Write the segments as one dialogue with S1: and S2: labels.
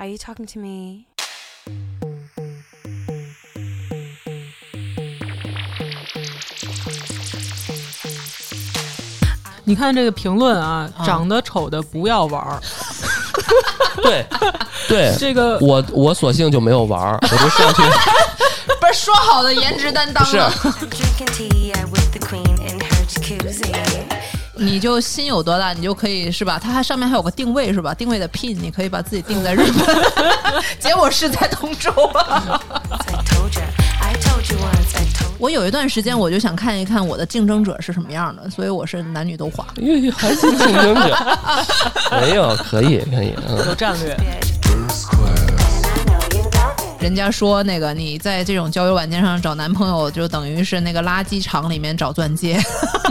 S1: Are you talking to me?
S2: “你看这个评论啊，
S3: 啊
S2: 长得丑的不要玩儿。
S4: 对 对，
S2: 这个
S4: 我我索性就没有玩儿，我就上去
S3: 不是说好的颜值担
S4: 不
S3: 当
S4: 是
S3: 吗？
S1: I'm drinking tea uh, with the queen in her jacuzzi.
S3: 你就心有多大，你就可以是吧？它还上面还有个定位是吧？定位的 pin，你可以把自己定在日本， 结果是在通州啊。
S1: I told you, I told you once, I told you.
S3: 我有一段时间我就想看一看我的竞争者是什么样的，所以我是男女都滑。
S4: 因为还是竞争者，没有可以可以，嗯，
S2: 有战略，
S3: 人家说那个你在这种交友软件上找男朋友，就等于是那个垃圾场里面找 钻戒。
S1: I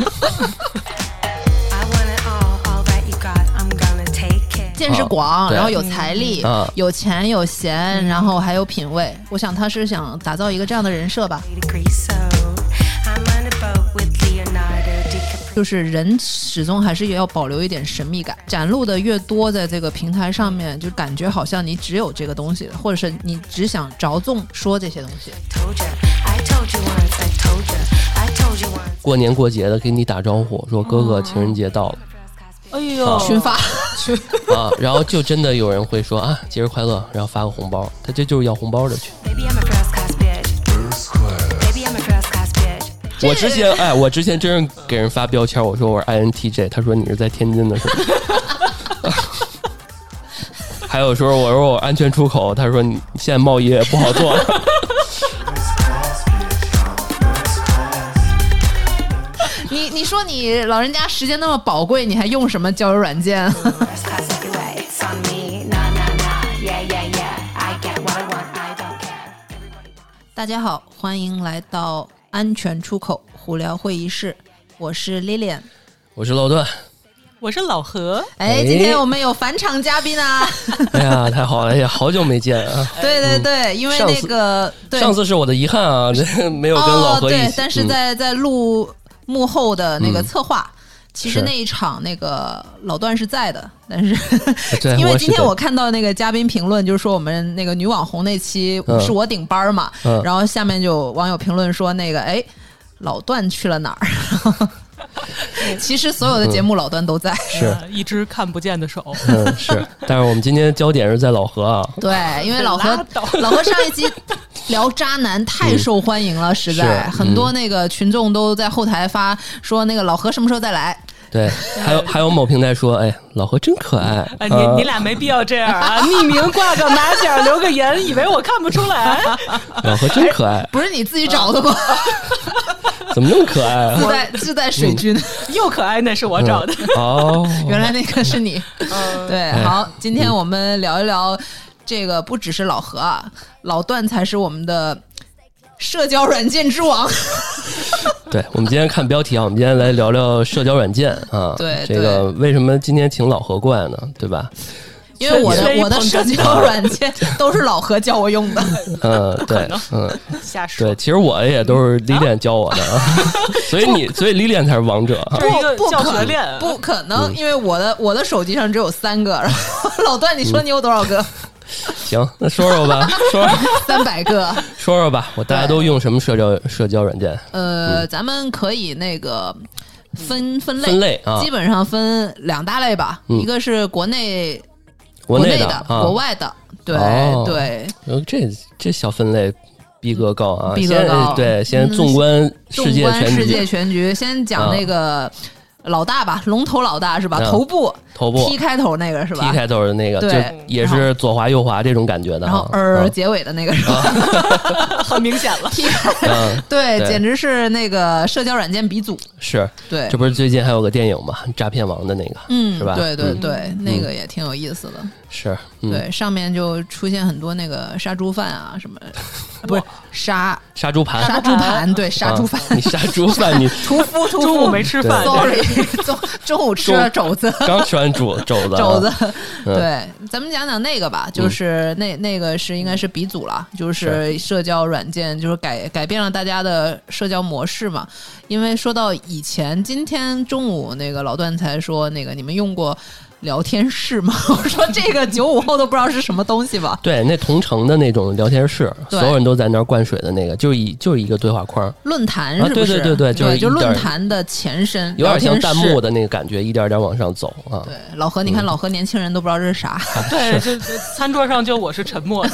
S1: want it all, all that you got, I'm gonna take it.
S3: 见识广，
S4: 哦对
S3: 然后有财力
S4: 嗯，
S3: 有钱有闲，然后还有品味。我想他是想打造一个这样的人设吧，
S1: Way to Greece, so I'm on a boat with Leonardo DiCaprio.
S3: 就是人始终还是要保留一点神秘感。展露的越多，在这个平台上面，就感觉好像你只有这个东西，或者是你只想着重说这些东西。
S1: Told you, I told you once, I told you, I told you once.
S4: 过年过节的给你打招呼，说哥哥情人节到了
S2: 哎呦，
S3: 群发，
S4: 啊，然后就真的有人会说啊节日快乐，然后发个红包，他这就是要红包的去。
S1: Baby, I'm a girl's class bitch. Baby, I'm a girl's class bitch.
S4: 我之前哎，我之前真是给人发标签，我说我是 INTJ，他说你是在天津的是吗？ 还有说我说我安全出口，他说你现在贸易也不好做了。
S3: 你你说你老人家时间那么宝贵，你还用什么交友软件？啊
S1: First class everywhere, it's on me. Nah, nah, nah. Yeah, yeah, yeah. I get what I want, I don't care.
S3: 大家好，欢迎来到安全出口胡聊会议室，我是 Lilian。
S4: 我是老段，
S2: 我是老何，
S3: 哎，今天我们有返场嘉 宾啊！
S4: 哎呀，太好了，哎呀，好久没见啊！
S3: 对对对，因为
S4: 上
S3: 那
S4: 次
S3: 个对
S4: 上次是我的遗憾啊， 这没有跟老
S3: 哦
S4: 何一起。嗯
S3: 对，但是在在录幕后的那个策划。其实
S4: 是
S3: 那一场那个老段是在的，但是
S4: 哎对
S3: 因为
S4: 我是
S3: 今天
S4: 在
S3: 我看到那个嘉宾评论，就是说我们那个女网红那期
S4: 嗯
S3: 是我顶班儿嘛，
S4: 嗯
S3: 然后下面就有网友评论说那个哎老段去了哪儿？ 其实所有的节目
S4: 嗯
S3: 老段都在，
S4: 是
S2: 呃一只看不见的手，
S4: 嗯嗯是， 但是我们今天焦点是在老何啊，
S3: 对，因为老何
S2: 拉倒
S3: 老何上一期聊渣男太受欢迎了，实在、
S4: 嗯是嗯
S3: 很多那个群众都在后台发说那个老何什么时候再来。
S4: 对，
S3: 嗯
S4: 还有还有某平台说，哎，老何真可 爱，
S3: 啊
S4: 啊
S2: 哎，你你俩没必要这样 啊！匿名挂个马甲，留个言，以为我看不出来。
S4: 老何真可 爱，
S3: 不是你自己 找的吗？
S4: 怎么那么可爱啊嗯
S3: 自？带自带水军，
S2: 又可爱，那是我找的。
S4: 哦，
S3: 原来那个是你。对，
S4: 哎
S3: 好，今天我们聊一聊这个，不只是老何啊，老段才是我们的社交软件 之王。
S4: 对，我们今天看标题啊，我们今天来聊聊社交软件啊。
S3: 对
S4: 这个为什么今天请老何过来呢？对 吧？
S3: 因为我的
S2: 确实
S3: 我的社交软件都是老何教我用 的，
S4: 嗯，对，嗯，
S2: 瞎说
S4: 对，，其实我也都 是李脸教我的啊，所以你，所以李脸才是王者啊。
S2: 这是一个
S3: 不不
S2: 教
S3: 可
S2: 学链啊。
S3: 不可能，因为我的我的手机上只有三个。 然后老段，你说你有多少个？
S4: 嗯行，那说说吧，说说
S3: 三 百个。
S4: 说说吧，我大家都用什么社交社交软件？
S3: 呃，咱们可以那个分分类，
S4: 嗯分类啊
S3: 基本上分两大类吧，
S4: 嗯
S3: 一个是国内
S4: 国内
S3: 内
S4: 的啊，
S3: 国外的，对、
S4: 哦
S3: 对，
S4: 呃，这这小分类逼格高啊！
S3: 逼格
S4: 先
S3: 高
S4: 对，先
S3: 嗯
S4: 纵观世
S3: 纵
S4: 界
S3: 观
S4: 全
S3: 世界
S4: 局，
S3: 全局，先
S4: 啊
S3: 讲那个老大吧，龙头老大是吧？
S4: 啊
S3: 头部
S4: 头部
S3: T 开头那个是
S4: T
S3: 吧？
S4: 开头的那个，
S3: 对
S4: 就也
S3: 然
S4: 是左滑右滑这种感觉的
S3: 然后
S4: 啊。
S3: 呃
S4: 啊
S3: 结尾的那个是吧？
S2: 很明显 了。
S4: 嗯，
S3: 对，
S4: 对
S3: 简直是那个社交软件鼻祖，
S4: 是，
S3: 对
S4: 这。不是最近还有个电影嘛，《诈骗王》的那个，
S3: 嗯，
S4: 是吧？
S3: 对对
S4: 嗯
S3: 对，那个也挺有意思的。
S4: 是，嗯，
S3: 对，上面就出现很多那个杀猪饭啊 什么，不是杀
S4: 杀猪盘，
S3: 杀猪盘，对，杀猪饭
S4: 啊，你杀猪饭，你
S3: 屠夫，屠夫，
S2: 中午没吃饭，
S3: ，sorry，中中午吃了肘子，
S4: 刚吃完肘肘子啊，
S3: 肘子，
S4: 嗯
S3: 对，咱们讲讲那个吧，就是那那个是应该是鼻祖了，就是社交软件，就是改改变了大家的社交模式嘛。因为说到以前，今天中午那个老段才说，那个你们用过聊天室吗？ 我说这个九五后都不知道是什么东西吧？
S4: 对，那同城的那种聊天室，
S3: 对
S4: 所有人都在那儿灌水的那个，就是一就是一个对话框，
S3: 论坛是不是？
S4: 啊对对对对就是
S3: 就
S4: 一点
S3: 论坛的前身，
S4: 有点像
S3: 聊天
S4: 弹
S3: 室
S4: 幕。的那个感觉，一点点往上走啊。
S3: 对，老何，你看老何年轻人都不知道这是啥，
S2: 对，就就餐桌上就我是沉默的，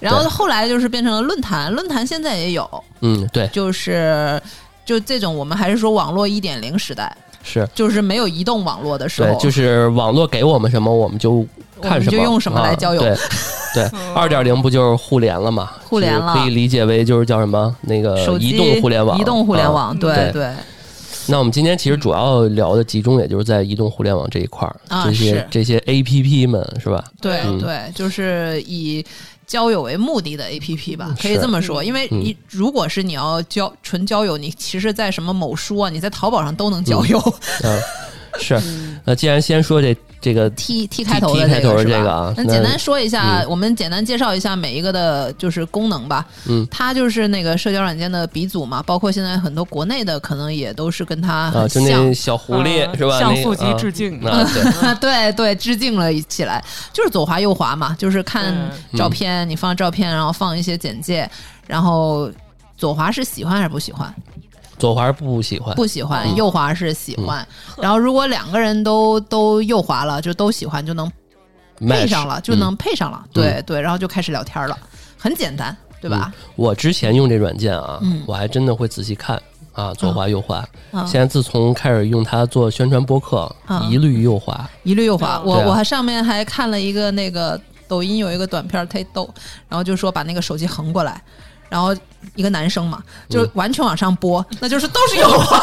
S3: 然后后来就是变成了论坛，论坛现在也有，
S4: 嗯，对，
S3: 就是就这种，我们还是说网络一点零时代，
S4: 是。
S3: 就是没有移动网络的时
S4: 对
S3: 候，，
S4: 就是网络给我们什么，我们就看什么，
S3: 我们就用什么来交友嗯
S4: 啊对， 对，二点零不就是互联了嘛？
S3: 互联了
S4: 就是可以理解为就是叫什么那个
S3: 手机
S4: 移动互联网。
S3: 移动互联
S4: 啊
S3: 网，对
S4: 对
S3: 对
S4: 那我们今天其实主要聊的集中，也就是在移动互联网这一块儿，
S3: 啊
S4: 这些
S3: 是
S4: 这些 A P P 们是吧？
S3: 对
S4: 嗯
S3: 对，就是以交友为目的的 A P P 吧，可以
S4: 是
S3: 这么说。因为
S4: 嗯
S3: 你如果是你要交纯交友，你其实，在什么某书啊，你在淘宝上都能交友。
S4: 嗯，是。
S3: 嗯
S4: 那既然先说这这个
S3: T
S4: T-
S3: T 开头
S4: T
S3: 的
S4: 开头的
S3: 是吧
S4: 这个啊
S3: 那
S4: 那
S3: 简单说一下，
S4: 嗯
S3: 我们简单介绍一下每一个的就是功能吧。
S4: 嗯
S3: 它就是那个社交软件的鼻祖嘛，包括现在很多国内的可能也都是跟它
S4: 啊，
S3: 很
S4: 就
S3: 像。
S4: 那小狐狸、
S2: 啊
S4: 是吧？
S2: 向
S4: 那个
S2: 腹肌
S4: 啊
S2: 致敬
S4: 啊，对，
S3: 对对，致敬了起来，就是左滑右滑嘛，就是看
S4: 嗯
S3: 照片，你放照片，然后放一些简介，然后左滑是喜欢还是不喜欢？
S4: 嗯左滑不喜欢，
S3: 不喜欢，
S4: 嗯
S3: 右滑是喜欢。然后如果两个人都都右滑了，就都喜欢，就能配
S4: match
S3: 上了，就
S4: 嗯
S3: 能配上了。对对，然后就开始聊天了，很简单，对吧？
S4: 嗯我之前用这软件啊，
S3: 嗯
S4: 我还真的会仔细看啊，左滑右滑。
S3: 啊
S4: 现在自从开始用它做宣传播客，
S3: 啊
S4: 一律右滑。
S3: 一律右滑。
S2: 嗯
S3: 我
S4: 对啊
S3: 我还上面还看了一个那个抖音有一个短片儿，忒逗，然后就说把那个手机横过来，然后一个男生嘛，就完全往上拨，那就是都是右滑。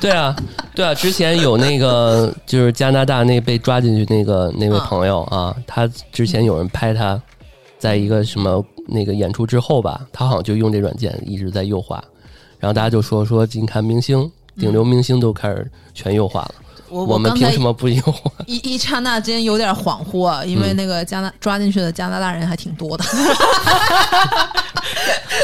S4: 对啊，对啊，之前有那个就是加拿大那被抓进去那个那位朋友
S3: 嗯
S4: 啊，他之前有人拍他，在一个什么那个演出之后吧，他好像就用这软件一直在右滑，然后大家就说说，你看明星。顶流明星都开始全右滑了，
S3: 嗯我
S4: 我们
S3: 刚
S4: 凭
S3: 才
S4: 什么不右滑？
S3: 一一刹那间有点恍惚，啊因为
S4: 嗯
S3: 那个加拿抓进去的加拿大人还挺 多的。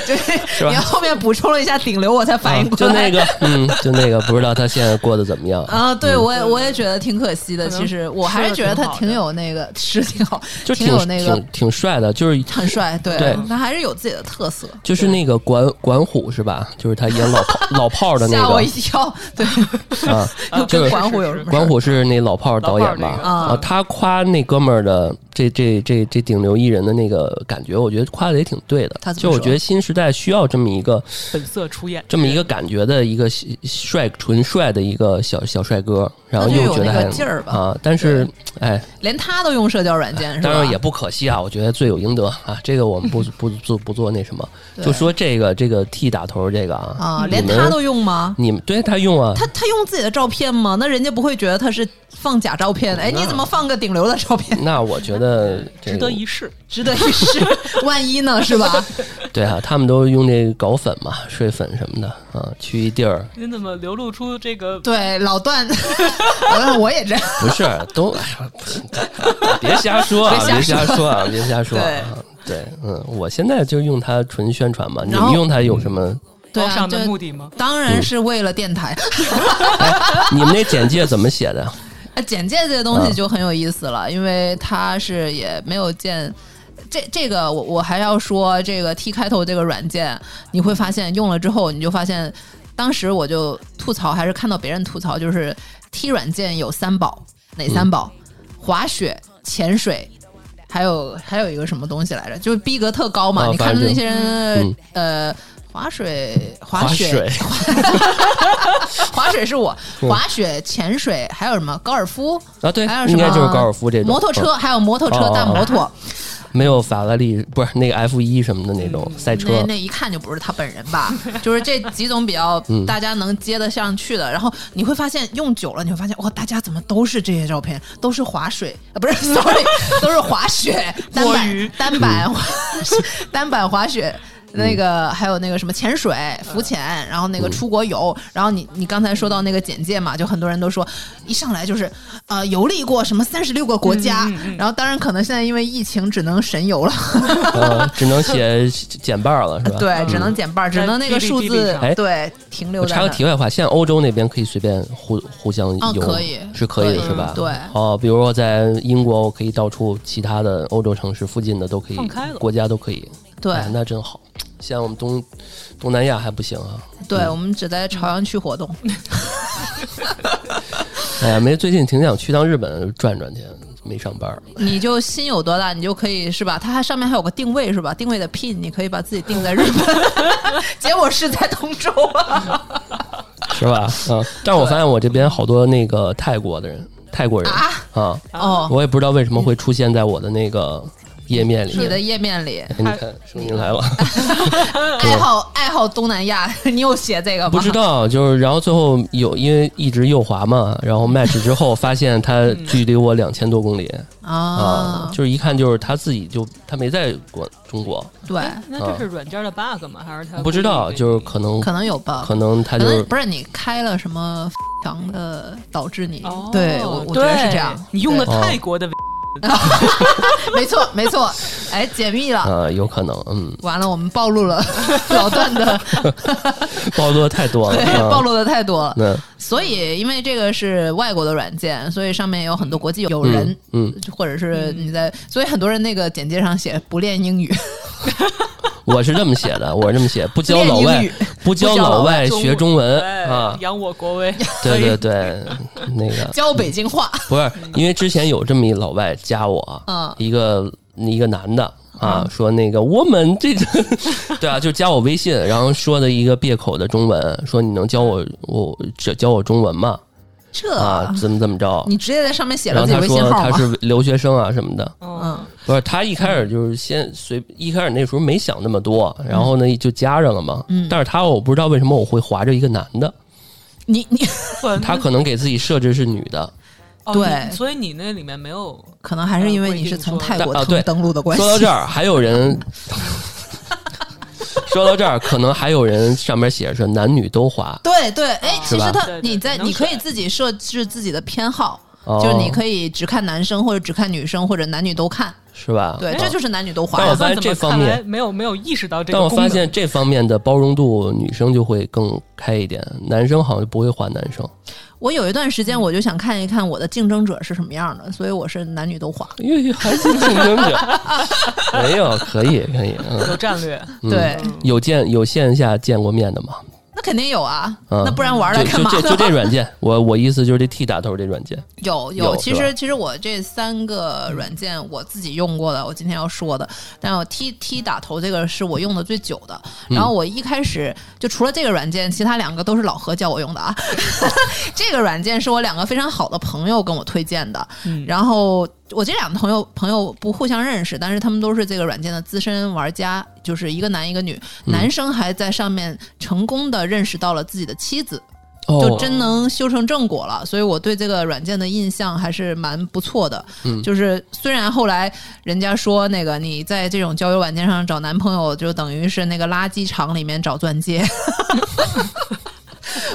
S3: 对，
S4: 吧
S3: 你后面补充了一下顶流，我才反应过
S4: 啊就那
S3: 来。
S4: 个，嗯，就那个，不知道他现在过得怎么样。
S3: 啊，对，我也我也觉得挺可惜的。
S2: 可能
S3: 其实我还是觉得他挺有那个，是挺好，
S4: 就挺
S3: 有那个
S4: 挺挺帅的，就是
S3: 很帅。对
S4: 对
S3: 他还是有自己的特色，
S4: 就是那个管管虎是吧？就是他演老 炮老炮儿的那
S3: 吓我一
S4: 个
S3: 跳。对，
S4: 啊，
S2: 呃
S4: 就
S3: 跟
S4: 是
S3: 管虎有什么事儿？
S4: 管虎是那老炮儿导演吧
S2: 老炮儿那？个
S3: 啊
S4: 他夸那哥们儿的这这这这顶流艺人的那个感觉，我觉得夸的也挺对
S3: 他
S4: 的。
S3: 怎么
S4: 就我
S3: 说
S4: 觉得新时代需要这么一个
S2: 本色出演，
S4: 这么一个感觉的一个帅纯帅的一个小小帅哥，然后
S3: 那就
S4: 又
S3: 有
S4: 觉得
S3: 那个
S4: 还
S3: 劲儿吧
S4: 啊，但是哎，
S3: 连他都用社交软件，是吧
S4: 当然也不可惜啊，我觉得罪有应得啊，这个我 们不不做不做那什么，
S3: 对
S4: 就说这个这个 T 打头这个啊，
S3: 啊，
S4: 你
S3: 连
S4: 们
S3: 他都用吗？
S4: 你们对他用啊，
S3: 他他用自己的照片吗？那人家不会觉得他是放假照片？哎，
S4: 那
S3: 你怎么放个顶流的 照片？
S4: 那我觉得、这
S2: 值
S4: 个、
S2: 得一试。
S3: 值得一试，万一呢，是吧？
S4: 对啊，他们都用这个搞粉嘛，睡粉什么的啊，去一地儿
S2: 您怎么流露出这个
S3: 对，老段， 好像我也这样。
S4: 不 是都哎呀，不是别瞎说啊，别
S3: 别
S4: 瞎
S3: 瞎
S4: 说啊，别瞎说啊。对，嗯，我现在就用它纯宣传嘛。你
S3: 然后
S4: 们用它有什么？
S3: 对
S2: 高
S3: 啊，
S2: 尚的目
S3: 就
S2: 的吗？
S3: 当然是为了电台。
S4: 你们那简介怎么写的？
S3: 啊，简介这个东西就很有意思了，因为它是也没有见。这这个我我还要说，这个 T 开头这个软件，你会发现用了之后，你就发现，当时我就吐槽，还是看到别人吐槽，就是 T 软件有三宝，哪
S4: 嗯
S3: 三宝？滑雪、潜水，还有还有一个什么东西来着？就是逼格特高嘛，
S4: 啊
S3: 你看
S4: 反
S3: 着
S4: 正
S3: 那些人
S4: 嗯，
S3: 呃，滑水、滑
S4: 划
S3: 雪、
S4: 水，
S3: 滑水是我，
S4: 嗯
S3: 滑雪、潜水，还有什么高尔夫
S4: 啊对
S3: 还有什
S4: 应
S3: 么
S4: 该就是高尔夫这种
S3: 摩托车，还有摩托
S4: 哦
S3: 车
S4: 哦
S3: 大摩托，
S4: 没有法拉利，不是那个 F 一什么的嗯那种赛车
S3: 那。那一看就不是他本人吧？ 就是这几种比较大家能接得上去的，然后你会发现用久了，你会发现哇，大家怎么都是这些照片，都是滑水啊，不是，sorry，都是滑雪、单
S2: 摸
S3: 板
S2: 鱼、
S3: 单板、单板滑雪。那个还有那个什么潜水、浮潜，然后那个出国游，然后你你刚才说到那个简介嘛，就很多人都说一上来就是呃游历过什么三十六个国家，然后当然可能现在因为疫情只能神游了，
S4: 嗯，只能写简报了，是吧？。
S3: 对，只能减半，只能那个数
S2: PPT
S3: 字
S2: 上
S4: 哎
S3: 对停留
S4: 我
S3: 在
S4: 插
S3: 那
S4: 个
S3: 儿。
S4: 题外话，现在欧洲那边可以随便互互相
S3: 哦
S4: 游，
S3: 可以
S4: 是可以的，
S3: 可以
S4: 是吧？
S3: 对
S4: 哦，比如说在英国，我可以到处其他的欧洲城市附近的都可以
S2: 放开了，
S4: 国家都可以。
S3: 对
S4: 哎那真好。现在我们东东南亚还不行啊。
S3: 对，我们只在朝阳区活动，
S4: 哎呀，没，最近挺想去趟日本转转去，没上班儿。
S3: 你就心有多大，你就可以是吧？它还上面还有个定位是吧？定位的 pin，你可以把自己定在日 本， 结果是在通州啊！
S4: 是 吧？嗯，但是我发现我这边好多那个泰国的人，泰国人啊
S3: 哦，
S4: 我也不知道为什么会出现在我的那个页面里
S3: 你
S4: 面。
S3: 的页面里
S4: 哎你看，声音来了，
S3: 爱好爱好东南亚，你有写这个吗？
S4: 不知道，就是然后最后有因为一直右滑嘛，然后 match 之后发现他距离我两千多公里啊
S3: 啊，，
S4: 就是一看就是他自己就他没在国中国，
S3: 对，
S4: 嗯
S2: 那这是软件的 bug 吗？还是他
S4: 啊不知道就是可能
S3: 可能有吧，
S4: 可能他
S3: 可
S4: 就
S3: 能
S4: 是
S3: 不是你开了什么强的导致你
S2: 哦，
S3: 对我我觉得是
S2: 对
S3: 这样，
S2: 你用的
S4: 对哦
S2: 泰国的
S3: 没错没错，哎，解 密了。
S4: 啊，有可能嗯，
S3: 完了，我们暴露 了老段的，
S4: 暴露的太多了，
S3: 对，
S4: 嗯
S3: 暴露的太多了。
S4: 那
S3: 所以，因为这个是外国的软件，所以上面也有很多国际友人，
S4: 嗯，
S3: 或者是你在，所以很多人那个简介上写不练英语，
S4: 嗯我是这么写的，我是这么写，不教
S3: 练
S4: 老
S3: 英
S4: 外
S3: 语，
S4: 不教老外学中文
S2: 对
S4: 啊，
S2: 扬我国 威，
S4: 对对对，那个
S3: 教北 京话。
S4: 不是，因为之前有这么一老外加我，
S3: 嗯
S4: 一个一个男的。啊，说那个我们这个， 对啊，就加我微信，然后说的一个别口的中文，说你能教我我教教我中文吗？
S3: 这、
S4: 啊，怎么怎么着？
S3: 嗯你直接在上面写
S4: 然
S3: 了
S4: 后他
S3: 自己微
S4: 说
S3: 信号
S4: 他
S3: 吗？
S4: 是留学生啊什么的，
S2: 嗯，
S3: 嗯，
S4: 不是他一开始就是先随一开始那时候没想那么多，
S3: 嗯
S4: 然后呢就加上了嘛。但是他我不知道为什么我会划着一个男的，
S3: 你你 嗯
S2: 哇
S4: 他可能给自己设置是女的。
S2: 哦
S3: 对
S2: 你所以你那里面没有
S3: 可能还是因为你是从泰国
S4: 啊
S3: 登
S4: 对
S3: 登录的关系。
S4: 说到这儿，还有 人说到这儿，可能还有人上面写着是男女都划。
S3: 对对，哎，其实
S4: 啊吧
S3: 他
S2: 对对
S3: 你在
S2: 能
S3: 你可以
S2: 选
S3: 自己设置自己的偏好，
S4: 哦
S3: 就是你可以只看男生或者只看女生或者男女都看，
S4: 是吧？
S3: 对，这就是男女都
S4: 哦
S3: 划
S4: 但我
S2: 啊
S3: 的。
S4: 发现这方面
S2: 看来没有没有意识到这个
S4: 但我
S2: 功能。
S4: 发现这方面的包容度，女生就会更开一点，男生好像就不会划男生，
S3: 我有一段时
S4: 嗯
S3: 间我就想看一看我的竞争者是什么样的，所以我是男女都划。
S4: 因为还是竞争者。 没有，可以，可以，嗯，
S2: 有战 略，
S3: 对，
S4: 有见有线下见过面的吗？
S3: 那肯定有啊，
S4: 嗯
S3: 那不然玩来
S4: 就
S3: 干
S4: 就
S3: 嘛
S4: 这就这
S3: 呢？
S4: 软件，我我意思就是这 T 打头这软件，
S3: 有
S4: 有
S3: 其
S4: 是吧
S3: 实其实我这三个软件我自己用过的，我今天要说的，但我 T T 打头这个是我用的最久的。
S4: 嗯
S3: 然后我一开始就除了这个软件，其他两个都是老何教我用的啊。 这个软件是我两个非常好的朋友跟我推荐的，
S2: 嗯
S3: 然后我这两个朋友朋友不互相认识，但是他们都是这个软件的资深玩家，就是一个男一个女，男生还在上面成功的认识到了自己的妻子。
S4: 哦
S3: 就真能修成正果了，所以我对这个软件的印象还是蛮不错的。就是虽然后来人家说那个你在这种交友软件上找男朋友，就等于是那个垃圾场里面找钻戒。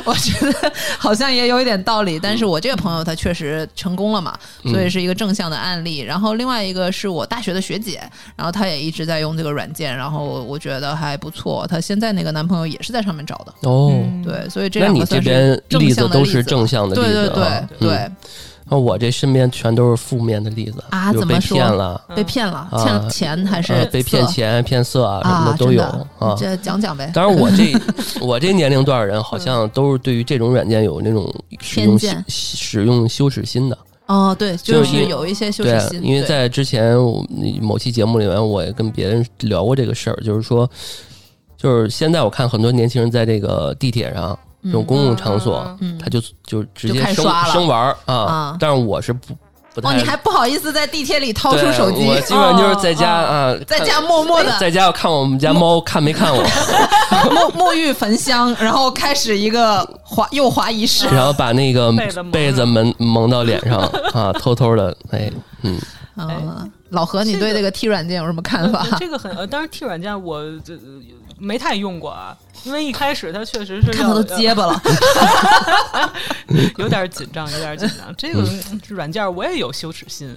S3: 我觉得好像也有一点道理，但是我这个朋友他确实成功了嘛，所以是一个正向的案例。然后另外一个是我大学的学姐，然后她也一直在用这个软件，然后我觉得还不错。她现在那个男朋友也是在上面找的，
S4: 哦。
S2: 嗯
S3: 对，所以嗯这
S4: 那
S3: 两
S4: 你
S3: 个
S4: 这
S3: 算
S4: 边
S3: 是正
S4: 子
S3: 向的
S4: 都是
S3: 吧
S4: 正向的例
S3: 对对
S4: 子
S3: 对
S4: 啊，
S3: 对，
S4: 嗯那我这身边全都是负面的例子
S3: 啊
S4: 比如
S3: 怎么
S4: 被
S3: 说
S4: 骗了，
S2: 嗯
S3: 被骗了，
S4: 啊
S3: 欠了钱还是
S4: 呃被骗
S3: 色
S4: 钱、骗色啊什么
S3: 啊？
S4: 的都有
S3: 真的
S4: 啊。
S3: 这讲讲呗。
S4: 当然，我 这我这年龄段的人好像都是对于这种软件有那种使用
S3: 偏见
S4: 使使用羞耻心的。
S3: 哦，对，
S4: 就是
S3: 就
S4: 因为
S3: 是有一些羞
S4: 对
S3: 耻，心，
S4: 因为
S3: 对
S4: 在之前我某期节目里面，我也跟别人聊过这个事儿，就是说，就是现在我看很多年轻人在这个地铁上这种公共场所，
S3: 嗯
S4: 他就就直
S3: 就
S4: 接
S3: 开
S4: 生
S3: 刷了
S4: 生玩儿啊
S3: 啊
S4: 但是我是不不太。
S3: 哦，你还不好意思在地铁里掏出
S4: 对
S3: 手机，
S4: 我基本上就是哦在家、啊，
S3: 在
S4: 看
S3: 家默默的
S4: 在家我看我们家猫看没 看我，
S3: 沐沐浴焚香，然后开始一个滑右滑仪式。
S4: 然后把那个
S2: 被子蒙
S4: 被子蒙蒙到脸上啊，偷偷的，哎，嗯，
S3: 嗯，老何，你对这个 T 软件有什么看法？
S2: 这个很，呃当然 T 软件我这呃没太用过啊，因为一开始它确实是
S3: 看我都结巴了。
S2: 有点紧张，有点紧张。这个软件我也有羞耻心，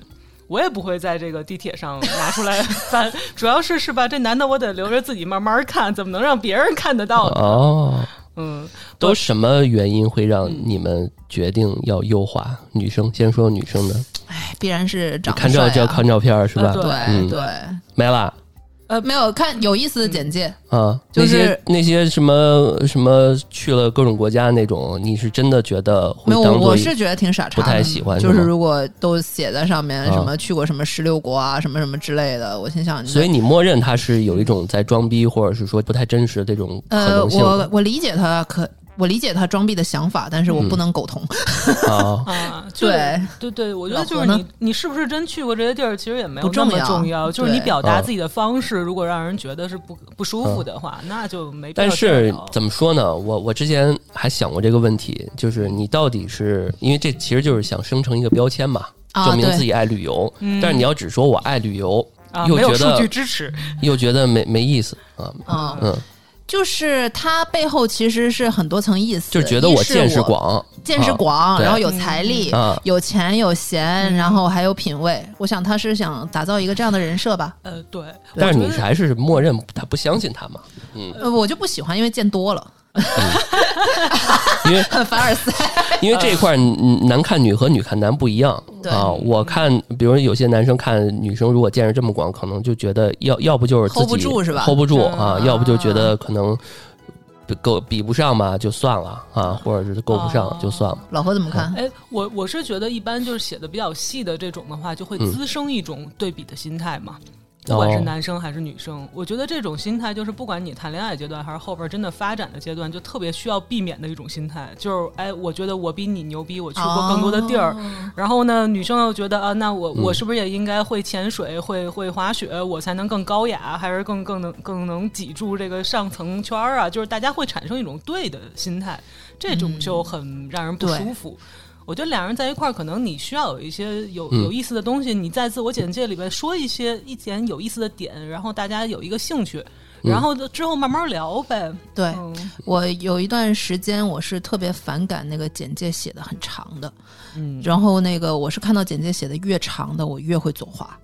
S2: 我也不会在这个地铁上拿出来翻。主要是是吧，这男的我得留着自己慢慢看，怎么能让别人看得到呢？
S4: 哦，
S2: 嗯，
S4: 都什么原因会让你们决定要优化女生？先说女生的，
S3: 哎，必然是长
S4: 看
S3: 得
S4: 照
S3: 帅
S4: 就要
S3: 啊。
S4: 看照片儿是吧？
S2: 啊对
S3: 对
S4: 嗯
S3: 对，
S4: 没了。
S3: 呃，没有看有意思的简介，
S4: 啊，
S3: 就
S4: 那
S3: 是
S4: 些那些什么什么去了各种国家那种，你是真的觉得会
S3: 没有，
S4: 当
S3: 我
S4: 做一
S3: 是觉得挺傻叉
S4: 不
S3: 的，
S4: 太喜欢是
S3: 就
S4: 吗
S3: 是如果都写在上面
S4: 啊
S3: 什么去过什么十六国啊，什么什么之类的，我心想，
S4: 所以你默认他是有一种在装逼，或者是说不太真实的这种可
S3: 呃，
S4: 能性
S3: 我我理解他可。我理解他装逼的想法，但是我
S4: 嗯
S3: 不能苟同。
S4: 啊。
S2: 啊，就是
S3: 对
S2: 对对，我觉
S3: 老
S2: 得就是
S3: 何呢
S2: 你你是不是真去过这些地儿，其实也没有
S3: 不
S2: 那
S3: 重
S2: 么
S3: 要
S2: 重要，就是你
S3: 对
S2: 表达
S4: 啊
S2: 自己的方式，如果让人觉得是不不舒服的话，那就没必要
S4: 但
S2: 这
S4: 是
S2: 样聊。
S4: 怎么说呢？我我之前还想过这个问题，就是你到底是因为这其实就是想生成一个标签嘛，
S3: 啊
S4: 证明
S3: 对
S4: 自己爱旅游。但是你要只说我爱旅游，
S2: 嗯啊，
S4: 又
S2: 没有
S4: 觉
S2: 数
S4: 得
S2: 据支持，
S4: 又觉得没没意思啊。
S3: 嗯，
S4: 嗯，
S3: 就是他背后其实是很多层意思，
S4: 就觉得
S3: 一
S4: 我
S3: 是
S4: 见识，广
S3: 见识
S4: 啊
S3: 广，
S4: 对
S3: 然后有财力，
S4: 啊
S3: 有钱有
S2: 嗯
S3: 闲，然后还有品味。我想他是想打造一个这样的人设吧。
S2: 呃，对，
S4: 但是
S2: 我
S4: 你
S2: 觉得
S4: 还是默认他不相信他嘛，
S3: 呃，我就不喜欢，因为见多了，
S4: 因为
S3: 凡尔赛。
S4: 因为这一块儿嗯男看女和女看男不一样
S3: 对
S4: 啊。我看，比如有些男生看女生，如果见识这么广，可能就觉得要要不就是自己
S3: Hold 不住是吧
S4: ？hold 不住
S2: 嗯
S4: 啊，要不就觉得可能比够比不上吧，就算了
S3: 嗯
S4: 啊，或者是够不上
S2: 哦
S4: 就算了。
S3: 老何怎么看？
S2: 哎，我我是觉得一般就是写的比较细的这种的话，就会
S4: 嗯
S2: 滋生一种对比的心态嘛。
S4: 哦
S2: 不管是男生还是女生，我觉得这种心态就是不管你谈恋爱阶段还是后边真的发展的阶段，就特别需要避免的一种心态，就是哎，我觉得我比你牛逼，我 去过更多的地儿，
S4: 哦
S3: 哦
S2: 然后呢，女生又觉得啊，那我
S3: 嗯
S2: 我是不是也应该会潜水、会会滑雪，我才能更高雅，还是更更能更能挤住这个上层圈儿啊？就是大家会产生一种对的心态，这种就很让人不
S3: 对嗯
S2: 舒服。我觉得两人在一块儿，可能你需要有一些有有意思的东西，你在自我简介里边说一些一点有意思的点，然后大家有一个兴趣，然后之后慢慢聊呗。
S3: 嗯对
S2: 嗯，
S3: 我有一段时间我是特别反感那个简介写的很长的，
S2: 嗯
S3: 然后那个我是看到简介写的越长的，我越会左滑，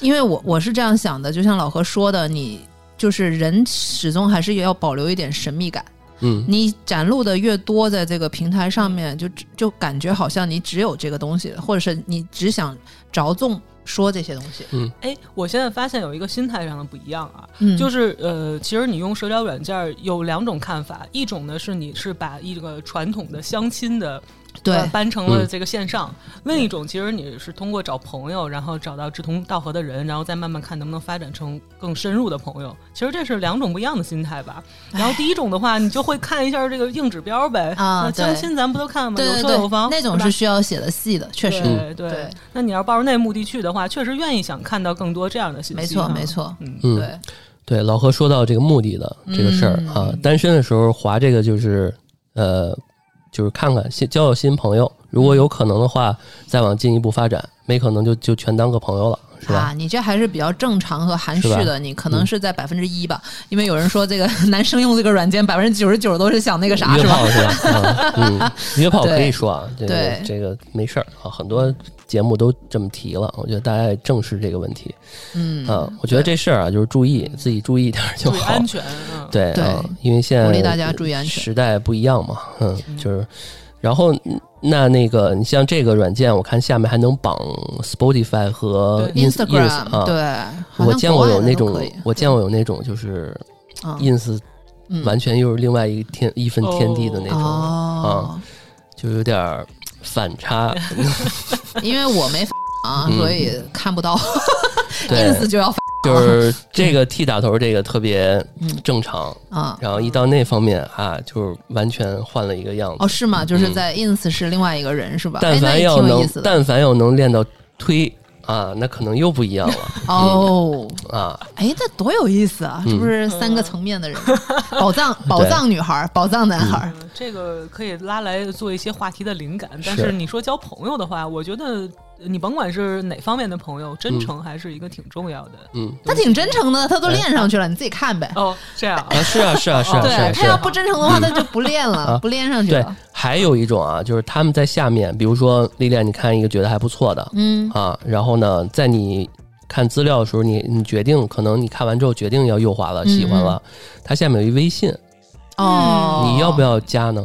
S3: 因为我我是这样想的，就像老何说的，你就是人始终还是要保留一点神秘感。
S4: 嗯，
S3: 你展露的越多，在这个平台上面，就只就感觉好像你只有这个东西，或者是你只想着重说这些东西。
S2: 哎，我现在发现有一个心态上的不一样啊，
S3: 嗯，
S2: 就是呃，其实你用社交软件儿有两种看法，一种呢是你是把一个传统的相亲的
S3: 对嗯
S2: 呃搬成了这个线上，另一种其实你是通过找朋友，然后找到志同道合的人，然后再慢慢看能不能发展成更深入的朋友。其实这是两种不一样的心态吧。然后第一种的话，你就会看一下这个硬指标呗，
S3: 啊
S2: 那
S3: 对
S2: 相亲咱不都看吗？
S3: 对对
S2: 有车有
S3: 对
S2: 房，，
S3: 那种
S2: 对吧
S3: 是需要写的细的，确实。
S2: 对对
S3: 对
S2: 那你要抱着那目的去的话，确实愿意想看到更多这样的信息。
S3: 没错
S2: 哈
S3: 没错
S2: 嗯，
S4: 嗯
S3: 对，
S4: 对，老何说到这个目的的这个事儿啊，
S3: 嗯
S4: 单身的时候划这个就是呃，就是看看新交交新朋友，如果有可能的话，再往进一步发展，没可能就就全当个朋友了，是吧？
S3: 啊，你这还是比较正常和含蓄
S4: 是嗯
S3: 的，你可能是在百分之一吧，因为有人说这个 男生用这个软 件百分之九十九都是想那个啥，
S4: 约
S3: 是吧？
S4: 炮是吧？ 嗯，嗯约炮可以说啊，这个
S3: 对
S4: 这个没事儿啊，很多节目都这么提了，我觉得大家也正视这个问题。
S3: 嗯，
S4: 啊，我觉得这事儿啊，就是注意自己注意一点儿就
S2: 注意
S4: 好
S2: 安。全。嗯，
S4: 对
S3: 对
S4: 啊，因为现在
S3: 鼓励大家注意安全
S4: 时代不一样嘛，嗯，就是，然后嗯那那个你像这个软件，我看下面还能绑 Spotify 和 Ins-
S3: Instagram，、
S4: Ins 啊。
S3: 对，好像
S4: 我见过有那
S3: 国
S4: 种
S3: 外的啊都可以，
S4: 我见过有那种就是
S3: 啊
S4: ins
S3: 嗯
S4: 完全又是另外一个天一分天地的那种，啊
S3: 哦，
S4: 就有点儿反 差。
S3: 因为我 没啊，
S4: 嗯
S3: 所以看不到 ins
S4: 对，
S3: 就要
S4: 就是这个 T 打头这个特别
S3: 嗯
S4: 正常，
S3: 啊。
S4: 然后一到那方面啊，就是完全换了一个样子
S3: 哦，。是吗？就是
S4: 嗯
S3: 在 ins 是另外一个人是吧？哎
S4: 但
S3: 那
S4: 凡
S3: 也
S4: 要
S3: 挺有意
S4: 能
S3: 思，的
S4: 但凡要能练到推啊，那可能又不一样 了嗯
S3: 哦。
S4: 啊。
S3: 哎，这多有意思啊！是不是三
S4: 嗯
S3: 个层面的人？宝藏 宝藏女孩，宝藏男
S4: 哎
S3: 孩，
S2: 嗯这个可以拉来做一些话题的灵感，但
S4: 是
S2: 是你说交朋友的话，我觉得你甭管是哪方面的朋友，真诚还是一个挺重要的。
S4: 嗯，
S3: 他挺真诚的，他
S4: 哎
S3: 都练上去了，你自己看呗。
S2: 哦，这样啊，
S4: 啊，是啊，是 啊，是啊，
S2: 哦
S4: 是啊，
S3: 对
S4: 是
S3: 他要
S4: 啊。
S3: 不真诚的话，他就不练了，
S4: 啊
S3: 不练上去
S4: 对
S3: 了。，
S4: 还有一种啊，就是他们在下面，比如说历练，你看一个觉得还不错的，
S3: 嗯
S4: 啊，然后呢，在你看资料的时候，你你决定可能你看完之后决定要右滑了，喜欢
S3: 嗯
S4: 了，它下面有一微信，
S3: 哦，
S4: 你要不要加呢？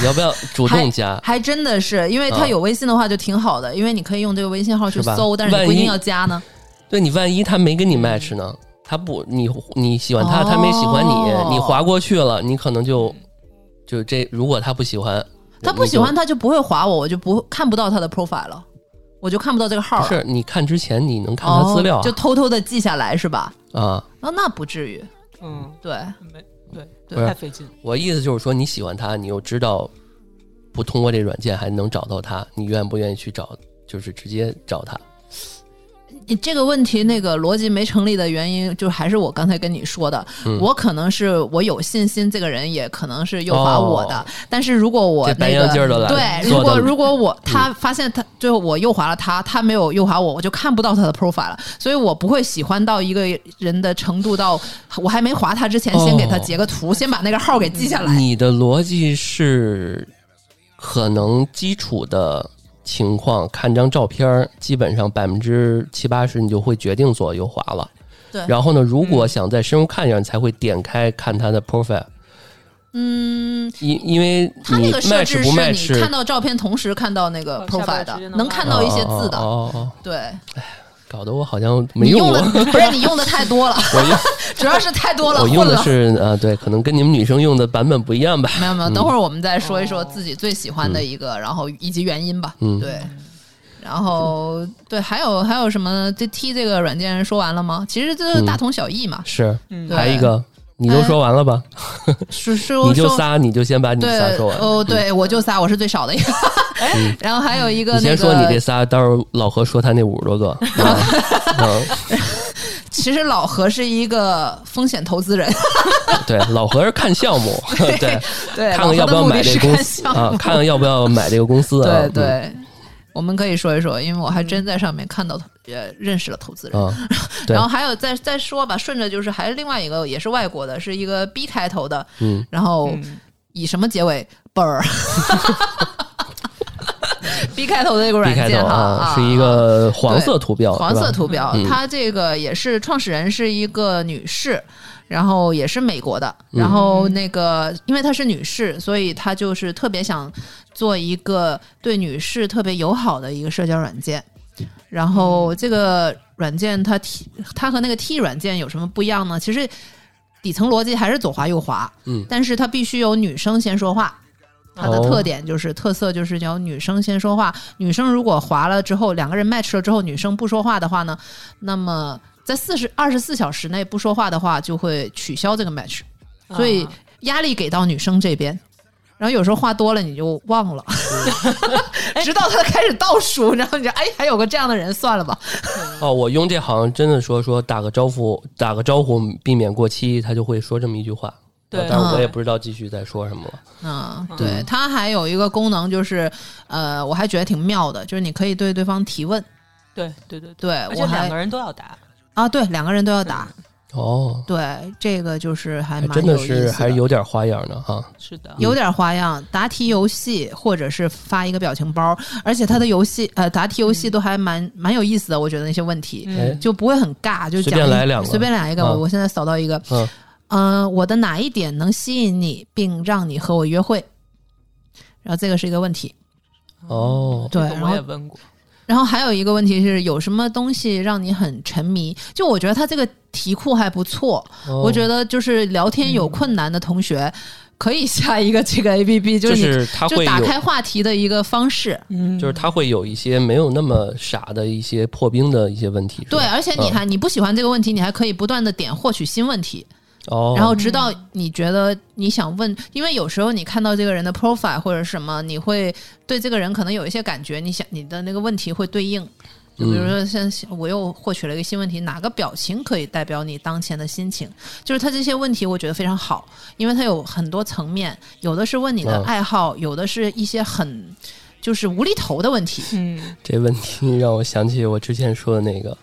S4: 你要不要主动加？
S3: 还真的是，因为他
S4: 啊
S3: 有微信的话就挺好的，因为你可以用这个微信号去
S4: 是吧
S3: 搜，但是你不
S4: 万
S3: 一定
S4: 一
S3: 要加呢。
S4: 对你万一他没
S3: 嗯
S4: 跟你 match 呢？他不，你你喜欢他，
S3: 哦
S4: 他没喜欢你，你划过去了，你可能就就这。如果他不喜欢，
S3: 他
S4: 你
S3: 不
S4: 就
S3: 喜欢，他就不会划我，我就不看不到他的 profile 了，我就看不到这个号
S4: 不
S3: 了。
S4: 是你看之前你能看他资料
S3: 哦就偷偷的记下来是吧？
S4: 啊。
S3: 那那不至于，
S2: 嗯，
S3: 对，
S2: 没对
S4: 不
S2: 对，
S4: 是
S2: 太费劲。
S4: 我意思就是说，你喜欢他，你又知道不通过这软件还能找到他，你愿不愿意去找？就是直接找他。
S3: 你这个问题那个逻辑没成立的原因，就还是我刚才跟你说的，
S4: 嗯
S3: 我可能是我有信心，这个人也可能是诱发我的，
S4: 哦
S3: 但是如果我
S4: 这白
S3: 那个
S4: 羊筋儿都来
S3: 对，如
S4: 做嗯
S3: 果
S4: 的
S3: 如果我他发现他最后我右滑了他，他没有右滑我，我就看不到他的 profile 了，所以我不会喜欢到一个人的程度到我还没划他之前，先给他
S4: 哦
S3: 截个图，先把那个号给记下来。
S4: 你的逻辑是，可能基础的情况看张照片儿，基本上百分之七八十你就会决定左右滑了。
S3: 对
S4: 然后呢，如果想再深入看一下，你才会点开看他的 profile。嗯，因因为
S3: 他那
S4: 你
S3: 个设置
S4: match
S3: 是
S4: 不
S3: 你
S4: match 啊
S3: 看到照片，同时看到那个
S2: 哦下边
S3: profile
S2: 儿
S3: 的
S2: 直接，能
S3: 能
S2: 拉
S3: 看到一些字的。
S4: 哦哦哦哦
S3: 对，
S4: 搞得我好像没
S3: 你
S4: 用
S3: 用
S4: 过
S3: 的。不是你用的太多了，
S4: 我用
S3: 主要是太多了，
S4: 我
S3: 混
S4: 用的
S3: 了。
S4: 是呃，对，可能跟你们女生用的版本不一样吧。
S3: 没有没有，等会儿我们再说一说
S2: 哦
S3: 自己最喜欢的一个，然后以及原因吧。
S4: 嗯
S3: 对。然后对，还有还有什么？这 T 这个软件说完了吗？其实这
S4: 嗯
S3: 大同小异嘛。
S4: 是，
S2: 嗯
S3: 对
S4: 还有一个，你都说完了吧？
S3: 是是
S4: 你就
S3: 哎说
S4: 仨，你就先把你
S3: 对
S4: 仨说完。嗯哎
S3: 哦，对我就仨，我是最少的一个。 然后还有一个
S4: 你先
S3: 那
S4: 说你这
S3: 个，
S4: 仨，到时候老何说他那五十 多个。啊嗯，
S3: 其实老何是一个风险投资人，
S4: 对，老何是看项目，对，
S3: 对，
S4: 看
S3: 老
S4: 看
S3: 何
S4: 要
S3: 的
S4: 不要
S3: 目
S4: 买
S3: 的
S4: 这
S3: 是
S4: 个公
S3: 看
S4: 司
S3: 项
S4: 啊
S3: 目，，
S4: 看看要不要买这个公司啊。
S3: 对对。我们可以说一说，因为我还真在上面看到投呃认识了投资人，
S4: 嗯，啊，对
S3: 然后还有再再说吧，顺着就是还是另外一个也是外国的，是一个 B 开头的，
S4: 嗯，
S3: 然后
S2: 嗯
S3: 以什么结尾？本儿 ，B 开头的一个软
S4: ，B 开
S3: 件
S4: 头啊
S3: 哈，啊
S4: 是一个黄
S3: 对
S4: 色图标，
S3: 黄
S4: 是吧
S3: 色图标，
S4: 嗯
S3: 它这个也是创始人是一个女士，然后也是美国的，
S4: 嗯
S3: 然后那个因为她是女士，所以她就是特别想做一个对女士特别友好的一个社交软件。然
S4: 嗯
S3: 后这个软件它 T 它和那个 T 软件有什么不一样呢？其实底层逻辑还是左滑右滑，
S4: 嗯
S3: 但是它必须有女生先说话。它的
S4: 哦
S3: 特点就是、特色就是要女生先说话，女生如果滑了之后，两个人 match 了之后，女生不说话的话呢，那么在四十二十四小时内不说话的话，就会取消这个 match，所以
S2: 啊
S3: 压力给到女生这边。然后有时候话多了你就忘了， 直到他开始倒数，然后你就哎还有个这样的人，算了吧。
S4: 哦，我用这好像真的说说打个招呼，打个招呼避免过期，他就会说这么一句话。
S2: 对
S4: 但是我
S3: 嗯
S4: 也不知道继续再说什么了。
S3: 嗯，对，它还有一个功能就是，呃，我还觉得挺妙的，就是你可以对对方提问。
S2: 对对对对，
S3: 对
S2: 而且
S3: 我
S2: 两
S3: 还
S2: 个人都要答。
S3: 啊，对，两个人都要打。
S4: 哦，
S3: 对，这个就是还
S4: 还
S3: 蛮
S4: 哎真的
S3: 有意
S4: 是
S3: 思
S4: 还是有点花样的哈。
S2: 是的，
S3: 有点花样，答题游戏或者是发一个表情包，而且它的游戏呃答题游戏都还蛮、蛮有意思的，我觉得那些问题、
S4: 哎
S2: 嗯，
S3: 就不会很尬，就
S4: 随
S3: 讲
S4: 便
S3: 一
S4: 来两个
S3: 随便来一个，我、
S4: 嗯
S3: 我现在扫到一个，
S4: 嗯，
S3: 嗯、我的哪一点能吸引你并让你和我约会？然后这个是一个问题，嗯
S4: 哦，
S3: 对，
S2: 这个
S3: 然
S2: 我
S3: 后
S2: 也问过。
S3: 然后还有一个问题是，有什么东西让你很沉迷？就我觉得他这个题库还不错，
S4: 哦嗯
S3: 我觉得就是聊天有困难的同学。可以下一个这个 A P P，就
S4: 就是
S3: 你
S4: 是他
S3: 就
S4: 会
S3: 打
S4: 有，
S3: 开话题的一个方式。
S2: 嗯
S4: 就是他会有一些没有那么傻的一些破冰的一些问题。是
S3: 对，啊
S4: 吧嗯
S3: 而且你还、你不喜欢这个问题，你还可以不断的点获取新问题，
S4: 哦，
S3: 然后直到你觉得你想问，因为有时候你看到这个人的 profile 或者什么，你会对这个人可能有一些感觉，你想你的那个问题会对应。就
S4: 嗯
S3: 比如说，像我又获取了一个新问题，哪个表情可以代表你当前的心情？就是他这些问题，我觉得非常好，因为它有很多层面，有的是问你的
S4: 嗯
S3: 爱好，有的是一些很就是无厘头的问题。
S2: 嗯，
S4: 这问题 让我想起我之前说的那个，
S3: 嗯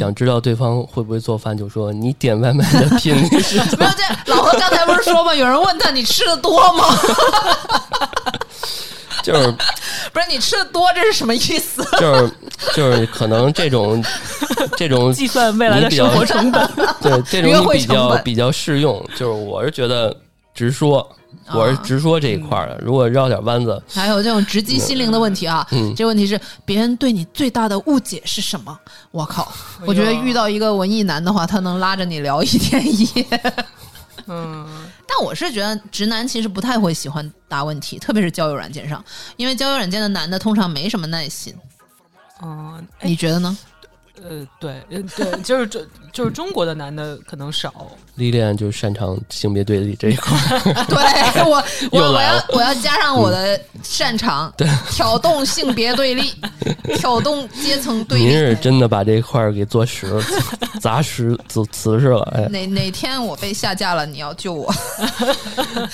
S4: 想知道对方会不会做饭，就说你点外卖的频率是 多
S3: 没有这老何刚才不是说吗？有人问他你吃的多吗？
S4: 就是
S3: 不是你吃的多，这是什么意思？
S4: 就是就是可能这种这种
S2: 计算未来的生活成 本。
S4: 对这
S3: 约
S4: 种
S3: 会
S4: 比
S3: 成
S4: 较
S3: 本
S4: 比较适用，就是我是觉觉得直说，
S3: 啊
S4: 我是直说这一块儿的。如果绕点弯子，
S3: 还有这种直击心灵的问题啊，这问题是别人对你最大的误解是什么？我靠，我觉得遇到一个文艺男的话，他能拉着你聊一天一夜。
S2: 嗯，
S3: 但我是觉得直男其实不太会喜欢答问题，特别是交友软件上，因为交友软件的男的通常没什么耐心。
S2: 哦，哎
S3: 你觉得 呢？
S2: 呃，对，呃对，就是这，就是中国的男的可能少，
S4: 历练就擅长性别对立这一块儿。
S3: 对我，我
S4: 又
S3: 我
S4: 来
S3: 要
S4: 了
S3: 我要加上我的 擅长，挑动性别对立，挑动阶层对
S4: 您
S3: 立。
S4: 是真的把这一块儿给做实 了，砸实瓷瓷实了。哎，
S3: 哪哪天我被下架了，你要救我，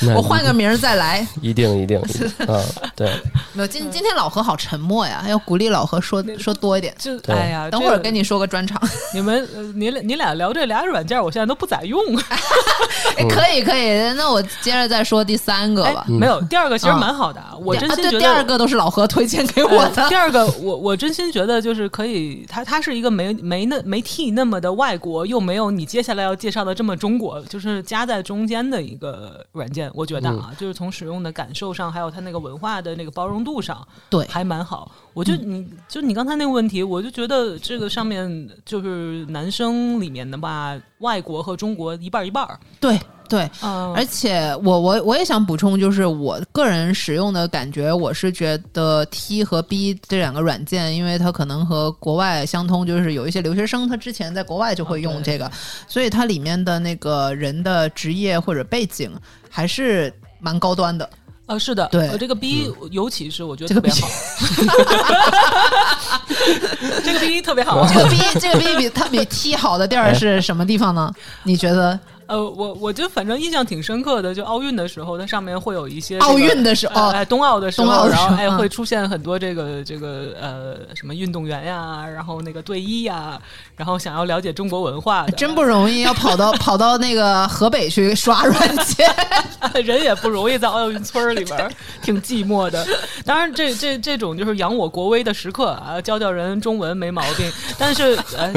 S4: 那
S3: 我换个名儿再来。
S4: 一定一 定一定啊！对，
S3: 没有，今今天老何好沉默呀，要鼓励老何说说多一点。
S2: 就
S4: 对
S2: 哎呀，
S3: 等
S2: 这
S3: 会儿
S2: 个
S3: 跟你说个专场，
S2: 你们，呃你俩你俩聊这俩软件，我现在都不咋用。
S3: 哎，
S4: 嗯
S3: 可以可以，那我接着再说第三个
S2: 哎
S3: 吧。
S2: 没有第二个，其实
S3: 嗯
S2: 蛮好的啊，我真
S3: 啊，
S2: 心觉得
S3: 对，第二个都是老何推荐给我的
S2: 呃。第二个，我我真心觉得就是可以，它它是一个没没那没 T 那么的外国，又没有你接下来要介绍的这么中国，就是夹在中间的一个软件。我觉得啊，就是从使用的感受上，还有它那个文化的那个包容度上，
S3: 对嗯
S2: 还蛮好。我就你就你刚才那个问题，我就觉得这个上面就是男生里面的吧，外国和中国一半儿一半儿。
S3: 对对，
S2: 嗯、
S3: 而且我我我也想补充，就是我个人使用的感觉，我是觉得 T 和 B 这两个软件，因为它可能和国外相通，就是有一些留学生他之前在国外就会
S2: 啊
S3: 用这个，所以它里面的那个人的职业或者背景还是蛮高 端的。
S2: 呃，是的，
S3: 对
S2: 呃这个 B，尤其是我觉得
S3: 这
S2: 特
S3: 个
S2: 别
S3: B
S2: 好，这个 B 特别好。
S3: 这个 B 这个 B 比它比 T 好的地儿是什么地 方呢？你觉得
S2: 呃，我我就反正印象挺深刻的，就奥运的时候，它上面会有一些这个、
S3: 奥运的时候
S2: 呃哎，冬奥的时
S3: 冬奥
S2: 候，
S3: 的
S2: 然
S3: 时
S2: 后
S3: 候
S2: 哎
S3: 嗯
S2: 会出现很多这个这个呃什么运动员呀，然后那个队医呀，然后想要了解中国文化的，
S3: 哎啊真不容易，要跑到跑到那个河北去刷软件。
S2: 人也不容易，在奥运村儿里边儿挺寂寞的。当然这，这这种就是扬我国威的时刻啊，教教人中文没毛病。但是，呃，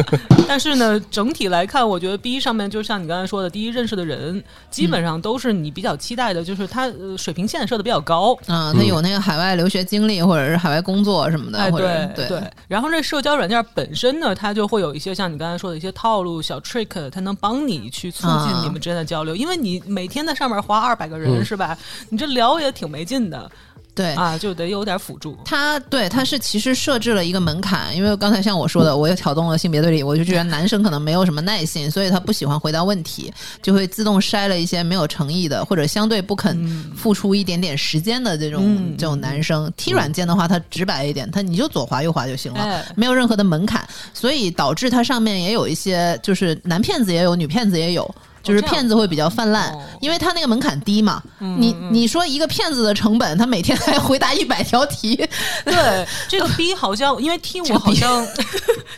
S2: 但是呢，整体来看，我觉得 B 上面就像你刚才说的，第一认识的人基本上都是你比较期待的，就是他、呃、水平线设的比较高。
S3: 嗯，他有那个海外留学经历，或者是海外工作什么的，
S2: 哎，
S3: 或者
S2: 对
S3: 对
S2: 然后这社交软件本身呢，它就会有一些像你刚才说的一些套路、小 trick，它能帮你去促进
S3: 啊
S2: 你们之间的交流，因为你每天在上面花二百个人、
S4: 嗯
S2: 是吧？你这聊也挺没劲的。
S3: 对
S2: 啊，就得有点辅助。
S3: 他对他是其实设置了一个门槛，因为刚才像我说的，我也挑动了性别对立，我就觉得男生可能没有什么耐心，所以他不喜欢回答问题，就会自动筛了一些没有诚意的，或者相对不肯付出一点点时间的这种、
S2: 嗯
S3: 这种男生。T 软件的话，它直白一点，它你就左滑右滑就行了，
S2: 哎
S3: 没有任何的门槛，所以导致它上面也有一些就是男骗子也有，女骗子也有。就是
S2: 哦这样
S3: 骗子会比较泛滥，
S2: 哦嗯
S3: 因为他那个门槛低嘛。你你说一个骗子的成本，他每天还回答 一百条题，
S2: 对，这 个 B 好像因为 T
S3: 这
S2: 我
S3: 个
S2: 好
S3: B
S2: 像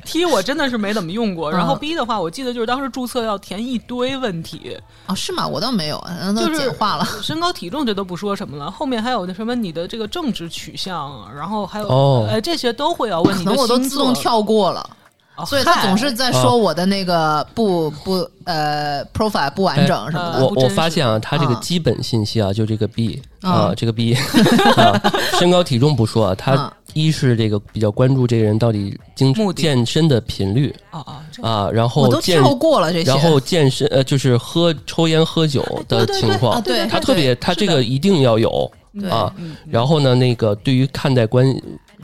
S2: T 我真的是没怎么用过。然后
S3: 嗯
S2: B 的话，我记得就是当时注册要填一堆问题，
S3: 哦，是吗？我倒没有，嗯，都
S2: 就是
S3: 简化了。
S2: 身高体重这都不说什么了，后面还有那什么你的这个政治取向，然后还有
S4: 哦
S2: 呃这些都会要问
S3: 可
S2: 你的
S3: 能我都
S2: 星
S3: 自动
S2: 座，
S3: 跳过了，
S2: 哦
S3: 所以他
S2: 嗨
S3: 总是在说我的那个不不呃 profile 呃不完整什么
S2: 哎
S3: 的。
S4: 我
S2: 不真
S4: 我
S2: 实
S4: 发现啊，他这个
S3: 啊
S4: 基本信息啊，就这个 B 啊
S3: 啊，
S4: 这个 B 啊，身高体重不说啊，他
S3: 啊
S4: 一是这个比较关注这个人到底经
S2: 目的
S4: 健身的频率
S2: 啊啊这
S4: 啊，然
S3: 我
S4: 后
S3: 都
S4: 健
S3: 跳过了这些。
S4: 然后健身呃，就是喝抽烟喝酒的情
S3: 啊
S4: 况，
S3: 对
S4: 他特别他这个一定要有
S3: 对嗯
S4: 啊。然后呢，那个对于看待关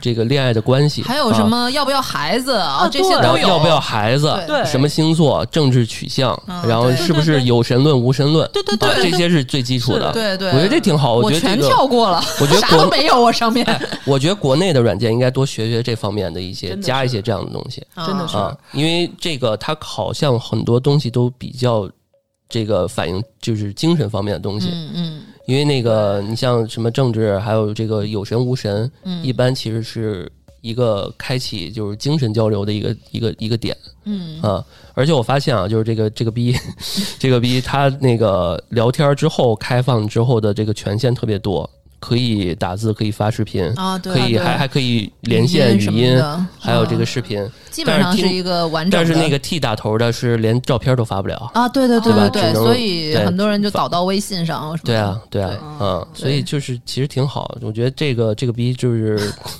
S4: 这个恋爱的关系，
S3: 还有什么要不要孩子啊？
S2: 啊
S3: 这些
S2: 对
S4: 然
S3: 都
S4: 后
S3: 有。
S4: 啊要不要孩子？
S2: 对
S4: 什么星座？政治取向？
S3: 啊
S4: 然后
S3: 对
S4: 是不
S2: 对
S4: 是
S2: 对
S4: 有神论、无神论？
S2: 对对对
S4: 啊
S2: 对对
S4: 这些是最基础的。
S2: 是
S3: 对对
S4: 我觉得这挺好。
S3: 我
S4: 觉得这
S3: 全
S4: 个，
S3: 跳过了，
S4: 我觉得
S3: 啥
S4: 国哎
S3: 都没有。我上面
S4: 我觉得国内的软件应该多学学这方面的一些，
S2: 真的
S4: 加一
S2: 是
S4: 些这样的东西
S2: 真的是
S4: 啊，因为这个它好像很多东西都比较这个反映就是精神方面的东西。
S3: 嗯嗯，
S4: 因为那个你像什么政治，还有这个有神无神，
S3: 嗯
S4: 一般其实是一个开启就是精神交流的一个一个一个点
S3: 嗯
S4: 啊。而且我发现啊，就是这个这个逼， 这个逼他那个聊天之后开放之后的这个权限特别多，可以打字，可以发视频，
S3: 啊，对啊，
S4: 可以
S3: 对啊
S4: 还还可以连线语
S3: 什么
S4: 音，
S3: 的
S4: 还有这个
S3: 啊
S4: 视频。
S3: 基本上是一个完整
S4: 但
S3: 的。
S4: 是那个 T 打头的是连照片都发不了。
S3: 啊，对对
S4: 对
S3: 对
S4: 吧
S3: 对
S4: 只
S3: 对，
S4: 能
S3: 所以
S4: 对
S3: 很多人就导到微信上什么的。
S4: 对啊，对啊，嗯，所以就是其实挺好，我觉得这个这个逼就是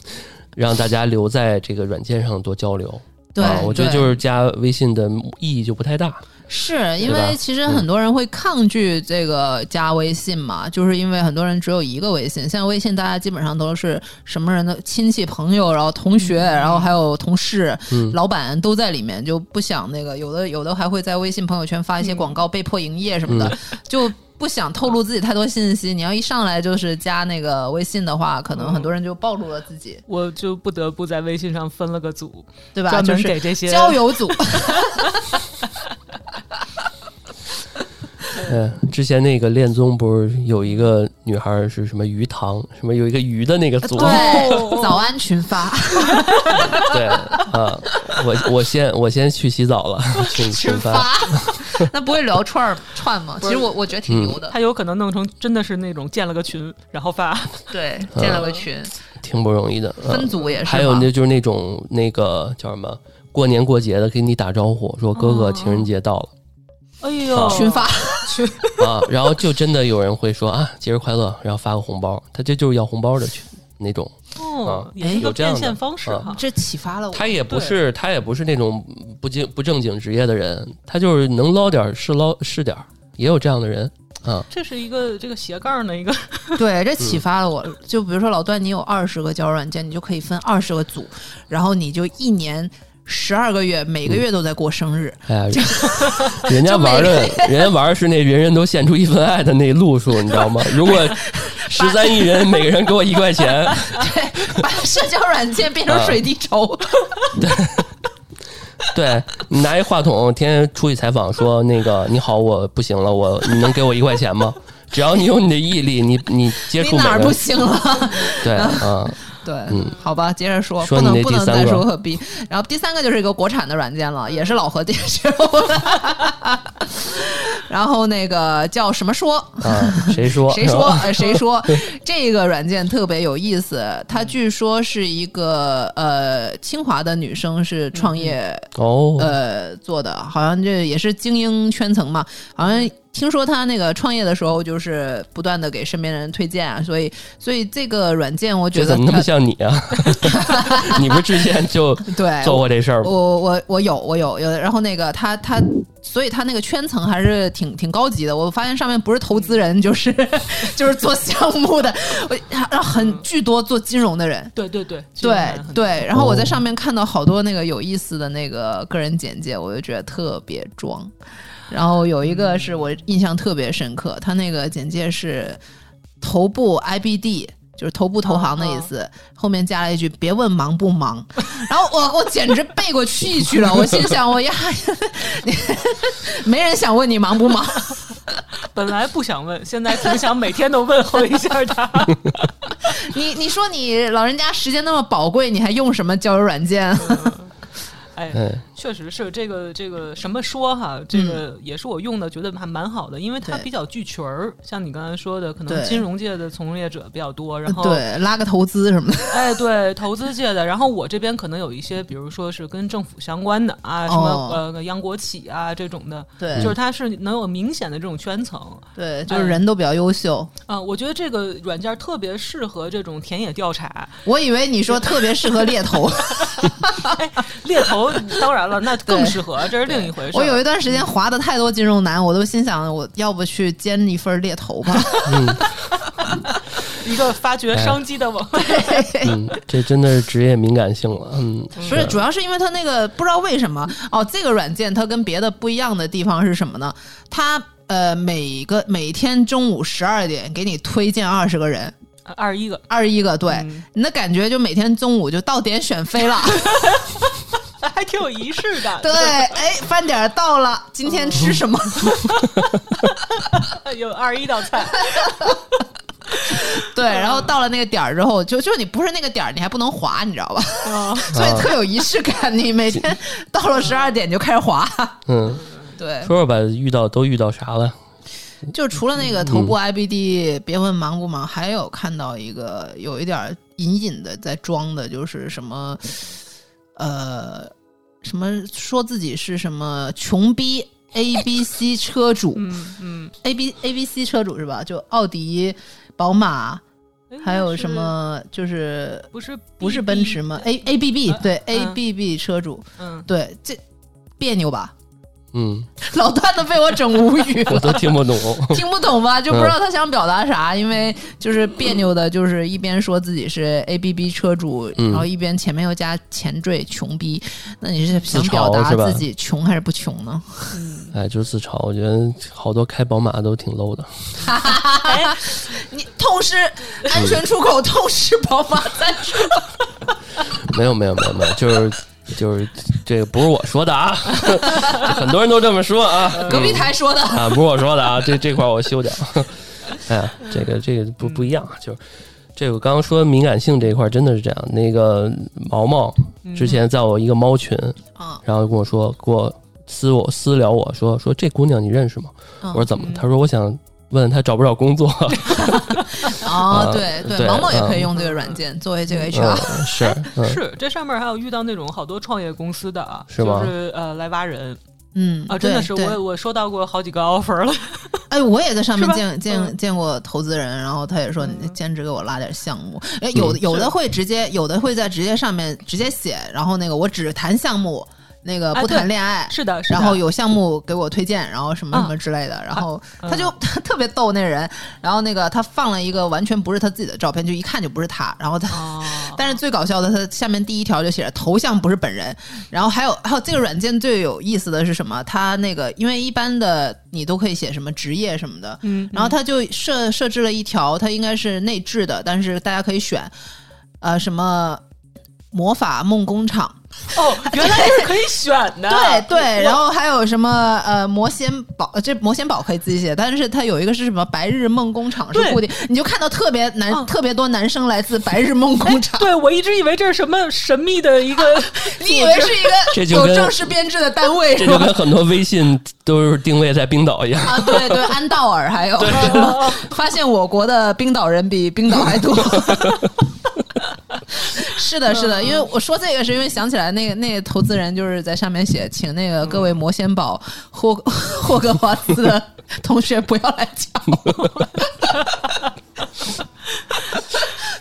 S4: 让大家留在这个软件上多交流。
S3: 对，
S4: 啊，我觉得
S3: 对
S4: 就是加微信的意义就不太大。
S3: 是因
S4: 对吧
S3: 为其
S2: 嗯
S3: 实很多人会抗拒这个加微信嘛，就是因为很多人只有一个微信。现在微信大家基本上都是什么人的亲戚朋友，然后同学，
S2: 嗯
S3: 然后还有同事、
S4: 嗯
S3: 老板都在里面，就不想那个有的有的还会在微信朋友圈
S2: 嗯
S3: 发一些广告，被迫营业什么的，就。不想透露自己太多信息，你要一上来就是加那个微信的话，可能很多人就暴露了自己，
S2: 我就不得不在微信上分了个组，
S3: 对吧？
S2: 专
S3: 就
S2: 门
S3: 是
S2: 给这些
S3: 交友组，
S4: 嗯，之前那个恋综不是有一个女孩是什么鱼塘，什么有一个鱼的那个组，
S3: 啊对，早安群发，
S4: 对啊，我我先我先去洗澡了， 去吃饭。
S3: 发， 那不会聊串儿串吗？其实我我觉得挺牛的，
S2: 他有可能弄成真的是那种建了个群，然后
S3: 啊
S2: 发。
S3: 对，建了个群，
S4: 挺不容易的。嗯
S3: 分组也是吧
S4: 还有那就是那种那个叫什么，过年过节的给你打招呼，
S3: 哦
S4: 说哥哥情人节 到了、
S2: 哎呦，
S3: 群发，
S4: 啊，然后就真的有人会说啊节日快乐，然后发个红包，他这就是要红包的去那种，
S2: 哦
S4: 啊，
S2: 也是一个
S4: 有这样
S2: 变
S4: 的
S2: 现方式
S4: 啊
S2: 哈。
S3: 这启发了我。
S4: 他也不是他也不是那种不经不正经职业的人，他就是能捞点儿是捞是点儿，也有这样的人啊，
S2: 这是一个这个斜杠的一个，
S3: 对，
S4: 嗯
S3: 这启发了我。就比如说老段，你有二十个交友软件，你就可以分二十个组，然后你就一年十二个月，每个月都在过生日。
S4: 哎呀，人人家玩的人家玩的是那人人都献出一份爱的那路数，你知道吗？如 果十三亿人每个人给我一块钱。
S3: 对，把社交软件变成
S4: 啊
S3: 水滴筹。
S4: 对你拿一话筒，天天出去采访，说那个你好，我不行了，我你能给我一块钱吗？只要你有你的毅力，你你接
S3: 你
S4: 触每个
S3: 哪儿
S4: 人
S3: 不行了？
S4: 对啊，
S3: 对，好吧，接着说，
S4: 说
S3: 不
S4: 你那
S3: 能不
S4: 第
S3: 能
S4: 三
S3: 再
S4: 个
S3: 说和 B。然后第三个就是一个国产的软件了，也是老何电视。然后那个叫什么说？
S4: 啊，谁说
S3: 谁说？？呃谁说？这个软件特别有意思，它据说是一个呃清华的女生是创业
S4: 哦，
S3: 呃做的，好像这也是精英圈层嘛，好像。听说她那个创业的时候，就是不断的给身边的人推荐啊，所以所以这个软件我觉
S4: 这
S3: 得
S4: 怎么那
S3: 它
S4: 么像你啊？ 你不是之前就
S3: 对
S4: 做过这事儿吗？
S3: 哎我我我有我有有，然后那个他他，所以他那个圈层还是挺挺高级的。我发现上面不是投资人，就是 就是做项目的，我然后
S4: 嗯
S3: 很巨多做金融的人。
S2: 对对对，其实
S3: 对
S2: 还很
S3: 对，然后我在上面看到好多那个有意思的那个个人简介，我就觉得特别装。然后有一个是我印象特别深刻，他那个简介是头部 IBD，就是头部投行的意思，后面加了一句“别问忙不忙”，然后我我简直背过去去 了，我心想我呀，你没人想问你忙不忙，
S2: 本来不想问，现在挺想每天都问候一下 他。
S3: 你你说你老人家时间那么宝贵，你还用什么交友软 件？
S2: 哎，
S4: 嗯，
S2: 确实是这个这个什么说哈，这个也是我用的，觉得还蛮好的，因为它
S3: 嗯对
S2: 比较聚群儿。像你刚才说的，可能
S3: 对
S2: 金融界的从业者比较多，然后
S3: 对，拉个投资什么的，
S2: 哎对投资界的，然后我这边可能有一些，比如说是跟政府相关的啊，什么、
S3: 哦
S2: 呃央国企啊这种的，
S3: 对
S2: 就是它是能有明显的这种圈层。
S3: 对，就是人都比较优秀。
S2: 啊、我觉得这个软件特别适合这种田野调查。
S3: 我以为你说特别适合猎 头，
S2: 哎，猎头当然了，那更
S3: 对
S2: 适合，这是另一回事儿。
S3: 我有一段时间划的太多金融男，我都心想我要不去兼一份猎头吧。
S2: 一个发
S4: 哎
S2: 掘商机的网，
S4: 嗯，这真的是职业敏感性了，嗯，
S3: 不是，主要是因为它那个不知道为什么哦，这个软件它跟别的不一样的地方是什么呢？它呃每个每天中午十二点给你推荐二十个人，
S2: 二十一个。
S3: 二十一个对，
S2: 嗯
S3: 你的感觉就每天中午就到点选妃了。
S2: 还挺有仪式感
S3: 对，
S2: 的。
S3: 嗯哎，饭点儿到了，今天吃什么？
S2: 有二十一道 菜，
S3: 对，然后到了那个点儿之后，就就是你不是那个点儿，你还不能滑，你知道吧？
S2: 啊
S3: 所以特有仪式感。你每天到了十二点你就开始滑，
S4: 嗯，
S3: 对，
S4: 说说吧，遇到都遇到啥了？
S3: 就除了那个头部 IBD，、别问忙不忙，还有看到一个有一点儿隐隐的在装的，就是什么，呃，什么说自己是什么穷逼 A B C 车主、
S2: 嗯嗯，
S3: a B A B C 车主是吧？就奥迪、宝马，
S2: 哎
S3: 还有
S2: 是
S3: 什么就是
S2: 不是
S3: 不是
S2: BB
S3: 奔驰吗？A 哎 A B B
S2: 啊
S3: 对、A
S2: 嗯
S3: B B 车主
S2: 嗯，
S3: 对这别扭吧？
S4: 嗯，
S3: 老段都被我整无 语了
S4: 我。都听不懂。
S3: 听不懂吧，就不知
S4: 嗯
S3: 道他想表达啥，因为就是别扭的，就是一边说自己是 A B B 车主，
S4: 嗯
S3: 然后一边前面又加前缀穷逼，那你是想表达
S4: 自嘲是吧
S3: 自己穷还是不穷呢？
S4: 哎，就是自嘲，我觉得好多开宝马都挺 low 的。
S2: 哎
S3: 你痛失安全出口，痛失宝马
S4: 嗯
S3: 赞助，
S4: 没有没有没有没有，就是就是这个不是我说的啊， 很多人都这么说啊。
S3: 隔壁台说的。
S4: 啊，不是我说的啊，这这块儿我修掉。 哎呀，这个这个不不一样，啊就是这我刚刚说敏感性这一块儿真的是这样。那个毛毛
S3: 嗯
S4: 之前在我一个猫群，
S3: 啊
S4: 然后跟我说跟我私我私聊我说说这姑娘你认识吗？
S3: 嗯
S4: 我说怎么了？他说我想问她找不找工 作。啊
S3: 哦，对对，
S4: 对
S3: 毛毛也可以用这个软件作为这个 HR
S4: 嗯。，是，嗯，
S2: 是这上面还有遇到那种好多创业公司的啊，
S4: 是吗
S2: 就是呃来挖人
S3: 嗯
S2: 啊，真的
S3: 对
S2: 是
S3: 对
S2: 我我收到过好几个 offer 了，
S3: 哎，我也在上面
S2: 是吧
S3: 见见
S2: 嗯
S3: 见过投资人，然后他也说你兼职给我拉点项目。哎，有的有的会直接，有的会在直接上面直接写，然后那个我只谈项目，那个
S2: 哎
S3: 不
S2: 对
S3: 谈恋爱。
S2: 是的，是的，
S3: 然后有项目给我推荐，然后什么
S2: 啊
S3: 什么之类的，然后
S2: 嗯
S3: 他就他 特别逗那人，然后那个他放了一个完全不是他自己的照片，就一看就不是他，然后他
S2: 哦，
S3: 但是最搞笑的，它下面第一条就写着头像不是本人，然后还有还有这个软件最有意思的是什么？它那个因为一般的你都可以写什么职业什么的，
S2: 嗯，
S3: 然后它就设设置了一条，它应该是内置的，但是大家可以选，呃，什么魔法梦工厂，
S2: 哦，原来是可以选的，
S3: 对对，然
S2: 后
S3: 后还有什么呃魔仙堡，呃这魔仙堡可以自己写，但是它有一个是什么白日梦工厂是
S2: 对
S3: 固定，你就看到特别男、
S2: 啊
S3: 特别多男生来自白日梦工厂。
S2: 对我一直以为这是什么神秘的一个组织，
S3: 你以为是
S4: 这
S3: 一个
S4: 就
S3: 有
S4: 跟
S3: 正式编制的单位
S4: 这
S3: 是
S4: 就
S3: 吧？
S4: 跟很多微信都是定位在冰岛一样。
S3: 啊，对对，安道尔还有 发现我国的冰岛人比冰岛还多。是的，是的，因为我说这个是因为想起来那个那个投资人就是在上面写，请那个各位魔仙堡霍霍格华兹的同学不要来抢我。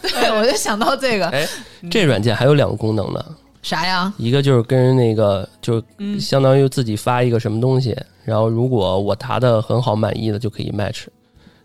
S3: 对，我就想到这 个
S4: 哎，这软件还有两个功能呢，
S3: 啥呀？
S4: 一个就是跟那个，就是相当于自己发一个什么东西，然后如果我答的很好满意的，就可以 match，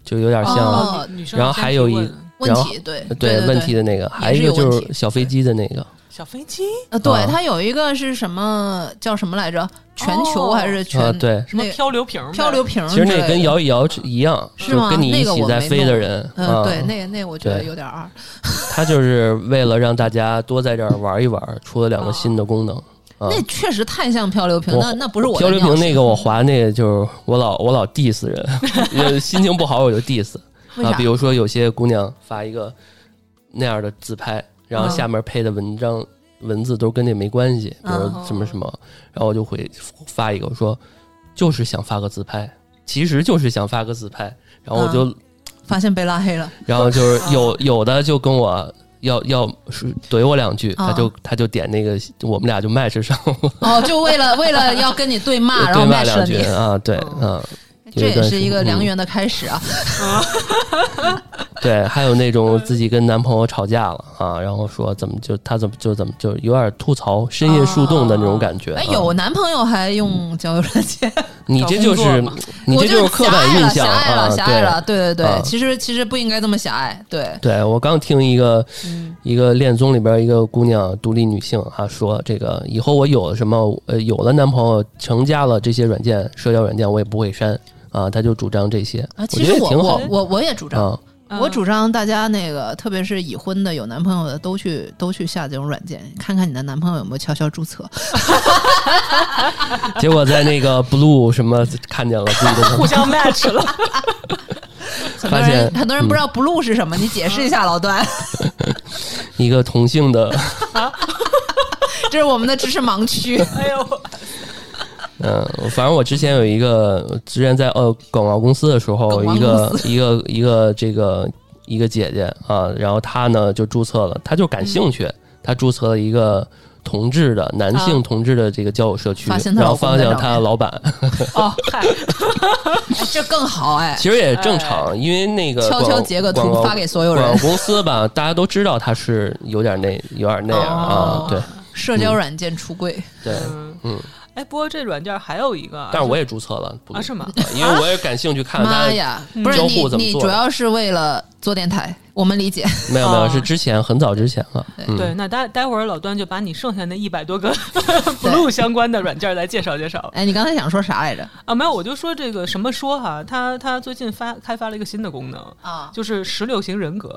S4: 就有点像，
S3: 哦
S2: 哦女女生
S4: 嗯然后
S2: 先
S4: 还
S2: 提
S4: 有一
S2: 问
S3: 问
S4: 然后
S3: 题对
S4: 对
S3: 对
S4: 问题的那个，还有一个
S3: 也是有
S4: 就
S3: 问题
S4: 是小飞机的那个，
S2: 小飞机
S3: 呃，对，
S4: 啊
S3: 它有一个是什么叫什么来着？全球
S2: 哦
S3: 还是全、
S4: 啊对
S2: 什么
S3: 那
S2: 漂流瓶儿呗，
S3: 漂流瓶儿
S4: 其
S3: 之类
S4: 实
S3: 的？
S4: 那跟摇一摇一样，
S3: 是
S4: 就
S3: 吗
S4: 跟你一起在飞的人，
S3: 嗯、
S4: 啊，
S3: 对，那个那个我觉得
S4: 对
S3: 有点啊二。
S4: 他就是为了让大家多在这儿玩一玩，出了
S3: 哦
S4: 两个新的功能。啊
S3: 那确实太像漂流瓶，
S4: 我
S3: 那那不是我的
S4: 漂流
S3: 尿
S4: 瓶
S3: 性
S4: 那个我滑那个就是我老我老 diss 人，就是心情不好我就 diss
S3: 为
S4: 啊，
S3: 啥
S4: 比如说有些姑娘发一个那样的自拍，然后
S2: 嗯
S4: 下面配的文章、文字都跟那没关系，比如
S3: 嗯
S4: 什么什么，然后我就回发一个我说就是想发个自拍，其实就是想发个自拍，然后我
S3: 嗯
S4: 就、
S3: 发现被拉黑了，
S4: 然后就是有
S3: 嗯
S4: 有的就跟我。要要是怼我两句，
S3: 嗯
S4: 他就他就点那个，我们俩就 match 上 了，
S3: 哦，就为了为了要跟你对骂，然后
S4: 对骂
S3: match 了
S4: 两句
S3: 你，哦
S4: 啊，对啊，
S3: 这
S4: 有一
S3: 也
S4: 段
S3: 是一个
S4: 时间
S3: 良
S4: 嗯
S3: 缘的开始啊。
S4: 对，还有那种自己跟男朋友吵架了啊，然后说怎么就他怎么就怎么就有点吐槽深夜树洞的那种感觉。
S3: 哎，
S4: 啊
S3: 有，我男朋友还用交友软件，
S4: 你这就
S2: 找工作
S4: 是
S2: 嘛
S4: 你
S3: 我
S4: 这
S3: 就是
S4: 刻板印象
S3: 狭隘了，
S4: 啊！
S3: 狭隘了，狭隘了。
S4: 对，
S3: 对对对，
S4: 啊
S3: 其实其实不应该这么狭隘，对。啊
S4: 对我刚听一个
S3: 嗯
S4: 一个恋综里边一个姑娘，独立女性啊，说这个以后我有了什么呃有了男朋友，成家了这些软件社交软件我也不会删啊，她就主张这些，
S3: 啊，
S4: 我
S3: 其
S4: 觉
S3: 实
S4: 得也
S3: 我
S4: 挺
S3: 我
S4: 好
S3: 我我也主张，
S4: 啊。
S2: 嗯
S3: 我主张大家那个，特别是已婚的、有男朋友的，都去都去下这种软件，看看你的男朋友有没有悄悄注册。
S4: 结果在那个 Blue 什么看见了自己
S2: 互
S4: 的，
S2: 相 match 了。
S3: 很多
S4: 发现
S3: 人很多人
S4: 嗯
S3: 不知道 blue 是什么，你解释一下，老 段，
S4: 一个同性的，
S3: 这是我们的知识盲 区。
S2: 哎呦，
S4: 嗯、反正我之前有一个，之前在呃广告公司的时候，
S3: 广告
S4: 一个
S3: 公
S4: 一个一个这个一个姐姐啊，然后她呢就注册了，她就感兴趣，
S3: 嗯
S4: 她注册了一个。同志的男性同志的这个交友社区，
S3: 啊发现她
S4: 然后
S3: 老公
S4: 发
S3: 在
S4: 现
S3: 上
S4: 她
S3: 面
S4: 老板，
S2: 哦，嗨，
S3: 哎这更好哎，
S4: 其实也正常，因为那个
S3: 悄
S4: 广
S3: 悄截个
S4: 广
S3: 图
S4: 告
S3: 发给所有
S4: 广
S3: 人
S4: 告。公司吧，大家都知道他是有点那有点那样啊
S3: 哦，
S4: 对
S3: 社交软件出柜，
S4: 对，
S2: 嗯
S4: 嗯，
S2: 哎，不过这软件还有一个，
S4: 但是我也注册了
S2: 啊是吗？
S4: 因为我也感兴趣看看
S3: 妈
S4: 他，
S3: 呀！不是
S4: 交
S3: 你
S4: 互怎么
S3: 你
S4: 做
S3: 主
S4: 的
S3: 要是为了做电台，我们理解。
S4: 没有没
S2: 啊
S3: 哦
S4: 有，是之前很早之前了，嗯
S2: 对，那待待会儿老段就把你剩下那一百多个 blue 相关的软件来介绍介绍
S3: 哎，你刚才想说啥来着？
S2: 啊，没有，我就说这个什么说哈，他他最近发开发了一个新的功能，
S3: 啊，
S2: 就是十六型人格，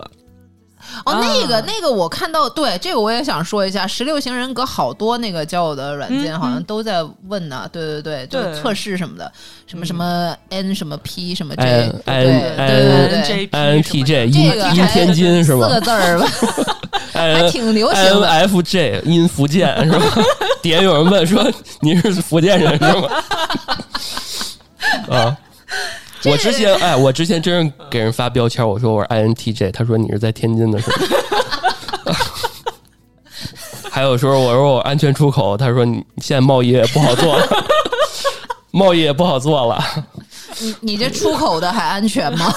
S3: 哦，
S2: 啊
S3: 那个那个，我看到对这个我也想说一下，十六型人格好多那个交友的软
S2: 嗯
S3: 件好像
S2: 嗯
S3: 都在问呢，对对对，就
S2: 对嗯
S3: 是测试什么的，什么什么 N 什么 P 什么 J，
S4: 哎哎
S3: 对对
S4: 哎
S3: 对对对，
S2: NJP
S4: ，I N T J
S3: 这
S4: 阴
S3: 个
S4: 阴
S3: 还
S4: 天津是哎
S3: 四
S4: 吧
S3: 个字儿吧，
S4: ？I
S3: 还
S4: N
S3: 挺流
S4: I
S3: 行
S4: N
S3: 的。
S4: F J 阴福建是吧？底下有人问说你是福建人是吗？ 啊。我之前哎，我之前真是给人发标签，我说我是 INTJ，他说你是在天津的是吧？ 还有说我说我安全出口，他说你现在贸易也不好做了， 贸易也不好做了。
S3: 你你这出口的还安全吗？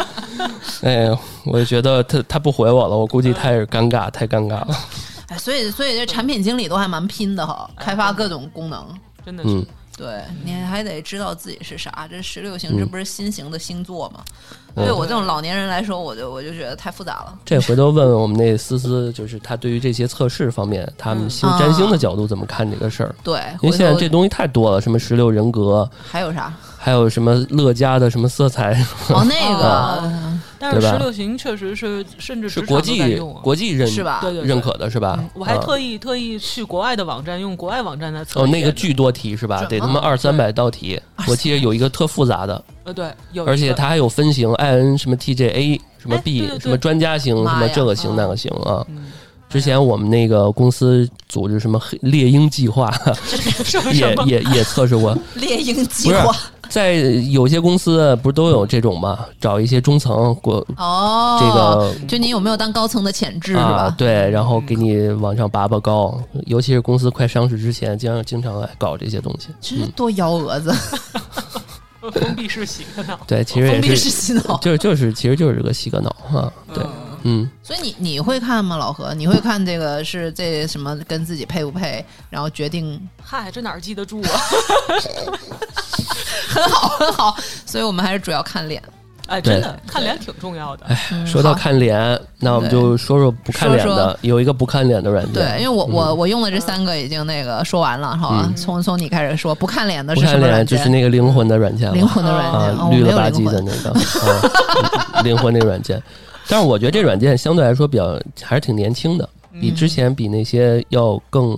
S4: 哎，我就觉得他他不回我了，我估计他也是尴尬，太尴尬了。
S3: 哎，所以所以这产品经理都还蛮拼的哈，开发各种功能。
S2: 真的是。
S4: 嗯
S3: 对，你还得知道自己是啥。这十六
S4: 嗯
S3: 型，这不是新型的星座吗？对我这种老年人来说，我就我就觉得太复杂了。
S4: 这回头问问我们那思思，就是他对于这些测试方面，他们星
S3: 嗯
S2: 哦
S4: 占星的角度怎么看这个事儿？
S3: 对，
S4: 因
S3: 回
S4: 为现在
S3: 头
S4: 这东西太多了，什么十六人格，
S3: 还 有啥？
S4: 还有什么乐嘉的什么色彩，
S3: 哦，那个
S2: 啊但是
S4: 对
S2: 十
S4: 吧
S2: 六型确实是，甚至
S4: 是
S2: 职场
S4: 国
S2: 都在
S4: 际
S2: 用啊
S4: 国际认
S3: 是吧
S2: 对对对
S4: 认可的是吧？
S2: 我还
S4: 嗯
S2: 特意特意去国外的网站用国外网站来测
S4: 哦，
S2: 一遍
S4: 那个巨多题是吧？
S3: 准
S4: 得他
S3: 吗
S4: 妈二三百道题，我记得有一个特复杂的，
S2: 呃对，有一
S4: 而且
S2: 个
S4: 它还有分型，I N 什么 T J A 什么
S2: 哎
S4: B
S2: 对对对
S4: 什么专家型，什
S3: 妈
S4: 么
S3: 呀
S4: 这个型
S3: 嗯
S4: 那个型啊。
S2: 嗯
S4: 之前我们那个公司组织什么黑猎鹰计划，
S2: 什么
S4: 也
S2: 什么
S4: 也也测试 过。
S3: 猎鹰计
S4: 不
S3: 划
S4: 在有些公司不是都有这种嘛，找一些中层过这
S3: 哦，
S4: 个、
S3: 就你有没有当高层的潜质是
S4: 啊
S3: 吧，？
S4: 对，然后给你往上拔拔高，尤其是公司快上市之前，经常经常爱搞这些东西。
S3: 真是多幺蛾子，
S2: 封闭式洗个脑，
S4: 对，其实
S3: 封
S4: 也
S3: 闭
S4: 是
S3: 式，洗脑。
S4: 就就是其实就是个洗个脑啊。对，嗯，
S3: 所以你你会看吗，老何？你会看这个是这什么跟自己配不配，然后决定
S2: 嗨，这哪儿记得住啊？
S3: 很好很好。所以我们还是主要看脸。
S2: 哎，
S4: 对哎
S2: 真的看脸挺重要的。
S3: 嗯
S4: 说到
S3: 好
S4: 看脸，那我们
S3: 对
S4: 就说说不看脸
S3: 说
S4: 的，有一个不看脸的软件。
S3: 对，因为
S4: 嗯
S3: 我我我用的这三个已经那个说完了，好吧？从从你开始说，不看脸的
S4: 不
S3: 是什
S4: 看
S3: 么
S4: 脸
S3: 软
S4: 就
S3: 件？
S4: 是那个灵魂的软件了，
S3: 灵魂的软件，
S4: 啊
S3: 哦，，我没
S4: 绿了
S3: 有
S4: 吧唧
S3: 灵
S4: 的那
S3: 魂。
S4: 个啊， 灵魂那个软件。但是我觉得这软件相对来说比较还是挺年轻的，
S3: 嗯
S4: 比之前比那些要更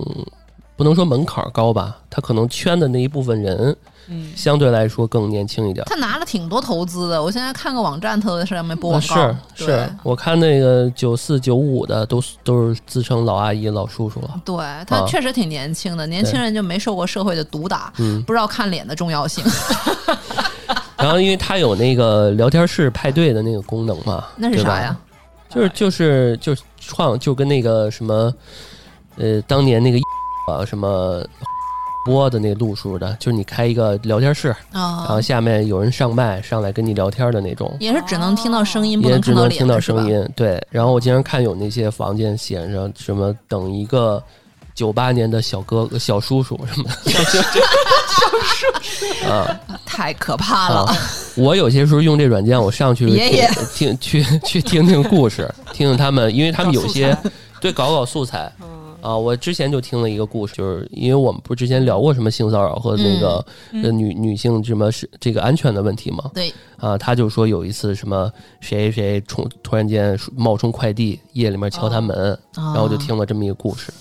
S4: 不能说门槛儿高吧，它可能圈的那一部分人
S2: 嗯，
S4: 相对来说更年轻一点儿。
S3: 他拿了挺多投资的，我现在看个网站，他都在上面播
S4: 啊
S3: 广告。
S4: 是是，我看那个九四九五的都都是自称老阿姨老叔叔了，
S3: 对，对他
S4: 啊
S3: 确实挺年轻的，年轻人就没受过社会的毒打，
S4: 嗯。
S3: 不知道看脸的重要性。
S4: 然后因为它有那个聊天室派对的那个功能嘛，
S3: 那是
S4: 对吧
S3: 啥呀？？哎
S4: 就是就是就是创就跟那个什么，呃，当年那个呃什么播的那个路数的，就是你开一个聊天室，然
S3: 啊
S4: 后，下面有人上麦上来跟你聊天的那种，
S3: 也是只能听到声音，
S4: 哦
S3: 不
S4: 也
S3: 能
S4: 只
S3: 看到
S4: 能
S3: 脸，
S4: 听到
S3: 是吧
S4: 声。音。对，然后我经常看有那些房间写上什么等一个。九八年的小哥哥、小叔叔什么的，
S3: 太可怕
S4: 啊
S3: 了！
S4: 我有些时候用这软件，我上去
S3: 爷爷
S4: 听听去去听听故事，听听他们，因为他们
S2: 找
S4: 有
S2: 素
S4: 些
S2: 材
S4: 对搞搞素材，
S2: 嗯，
S4: 啊，我之前就听了一个故事，就是因为我们不是之前聊过什么性骚扰和那个、呃女女性什么是这个安全的问题吗？
S3: 对，
S4: 啊，他就说有一次什么谁谁冲突然间冒充快递，夜里面敲他门，然后我
S3: 哦啊
S4: 就听了这么一个故事，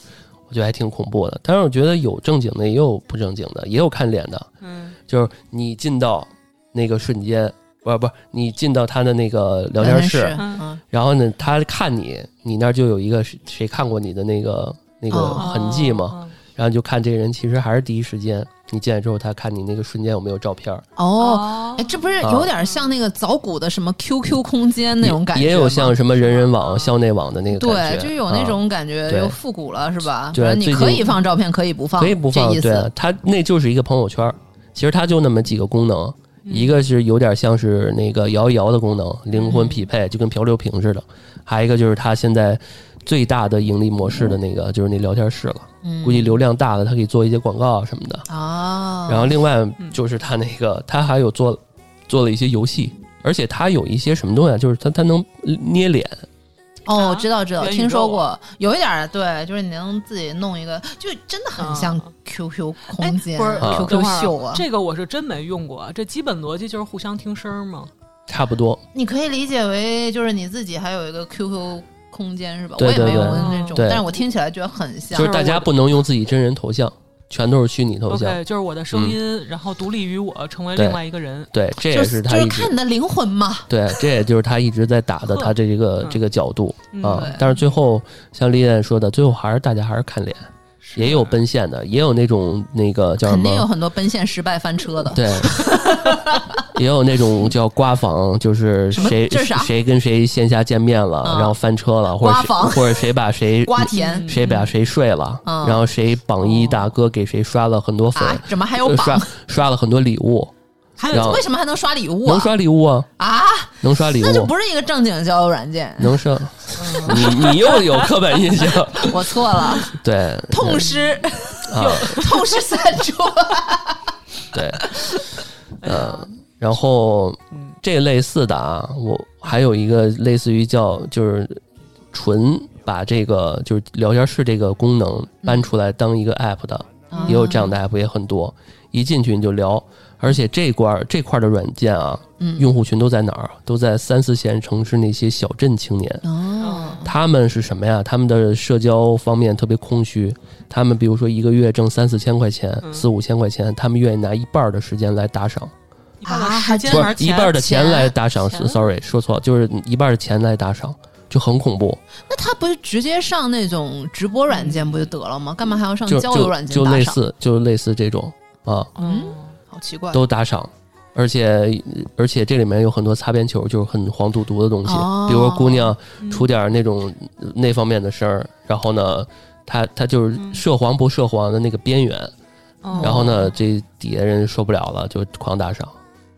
S4: 我觉得还挺恐怖的。但是我觉得有正经的，也有不正经的，也有看脸的。
S2: 嗯，
S4: 就是你进到那个瞬间，不是不是，你进到他的那个聊天室，
S3: 嗯，
S4: 然后呢，他看你，你那儿就有一个谁谁看过你的那个那个
S3: 哦
S4: 痕迹嘛，
S2: 哦？
S4: 然后就看这个人其实还是第一时间你进来之后，他看你那个瞬间有没有照片儿，啊
S3: 哦，
S2: 哦
S3: 哎，这不是有点像那个早古的什么 QQ 空间那种感觉吗啊
S4: 也也有像什么人人网、校内网的那个感
S3: 对，
S4: 觉，
S3: 就有那
S4: 啊
S3: 种感觉，
S4: 对
S3: 又复古了，是吧？
S4: 对
S3: 反正你
S4: 最近
S3: 可以放照片，可以不放，
S4: 可以不放
S3: 这意，
S4: 对啊
S3: 思。
S4: 它那就是一个朋友圈儿，其实它就那么几个功能，
S3: 嗯
S4: 一个是有点像是那个摇一摇的功能，灵
S3: 嗯
S4: 魂匹配，就跟漂流瓶似的，还有一个就是它现在最大的盈利模式的那个就是那聊天室了，
S3: 嗯
S4: 估计流量大了，它可以做一些广告什么的。
S3: 啊，
S4: 然后另外就是它那个，它还有做做了一些游戏，而且它有一些什么东西啊，就是它它能捏脸，
S3: 哦，
S2: 啊
S3: 知道知道，
S2: 元宇宙
S3: 听说过，有一点儿对，就是你能自己弄一个，就真的很像 QQ 空间、
S2: 哎不是
S4: 啊
S3: QQ 秀啊。
S2: 这个我是真没用过，啊这基本逻辑就是互相听声儿嘛。
S4: 差不多。
S3: 你可以理解为就是你自己还有一个 QQ 空间是吧？
S4: 对
S3: 我也没
S4: 对
S3: 有
S4: 对
S3: 那种，
S4: 对
S3: 但是我听起来觉得很像
S4: 就是。大家不能用自己真人头像，全都是虚拟 头像。嗯
S2: OK，就是我的声音，然后独立于我，成为
S4: 对
S2: 另外一个人。
S4: 对，这也
S3: 就是
S4: 他
S3: 就
S4: 一
S3: 是
S4: 直
S3: 看你的灵魂嘛，
S4: 对，这也就是他一直在打的他这一个
S2: 嗯
S4: 这个角度
S2: 嗯
S4: 啊
S3: 对。
S4: 但是最后像丽艳说的，最后还是大家还是看脸，
S2: 是
S4: 也有奔现的，也有那种那个叫什
S3: 肯定有
S4: 么？
S3: 很多奔现失败翻车的。
S4: 对，也有那种叫瓜房，就是
S3: 什么
S4: 谁
S3: 这是啥
S4: 谁跟谁线下见面了，
S3: 啊
S4: 然后翻车了，或者
S3: 瓜
S4: 谁
S3: 房
S4: 或者谁把 谁嗯
S3: 瓜田
S4: 谁
S2: 嗯
S4: 把谁睡了，
S3: 啊
S4: 然后谁榜一大哥给谁刷了很多粉，
S3: 啊，怎么还有
S4: 呃 刷
S3: 榜？
S4: 刷了很多礼物，
S3: 还
S4: 然
S3: 有
S4: 后
S3: 为什么还能刷礼物
S4: 能
S3: 啊？
S4: 刷礼物啊，
S3: 啊，
S4: 能刷礼物，
S3: 那就不是一个正经交友软件，
S4: 能生，你你又有刻板印象，
S3: 我错了，
S4: 对
S3: 痛失
S4: 啊，
S3: 痛失三 周。
S4: 对，呃，然后这类似的啊，我还有一个类似于叫就是纯把这个就是聊天室这个功能搬出来当一个 app 的，也有这样的 app 也很多，一进去你就聊，而且这块儿这块儿的软件啊，用户群都在哪儿？啊都在三四线城市那些小镇青年。
S3: 哦，
S4: 他们是什么呀？他们的社交方面特别空虚，他们比如说一个月挣三四千块钱、
S3: 嗯
S4: 四五千块钱，他们愿意拿一半儿的时间来打赏，
S2: 一半的
S3: 啊
S2: 时间
S4: 不
S2: 还
S4: 是
S2: 是
S4: 一半儿的
S3: 钱
S4: 钱来打赏
S2: 钱
S4: ，sorry 说错，就是一半儿的钱来打赏，就很恐怖，
S3: 那他不是直接上那种直播软件不就得了吗？干嘛还要上
S4: 嗯就
S3: 交友
S4: 就
S3: 软件
S4: 就
S3: 打赏？
S4: 类似就类似这种啊，
S2: 嗯，
S3: 好奇怪。
S4: 都打赏。而且而且这里面有很多擦边球，就是很黄赌毒的东西，
S3: 哦嗯
S4: 比如说姑娘出点儿那种呃那方面的声儿，然后呢，她她就是
S3: 嗯
S4: 涉黄不涉黄的那个边缘，
S2: 哦
S4: 然后呢，这底下人受不了了，就狂打赏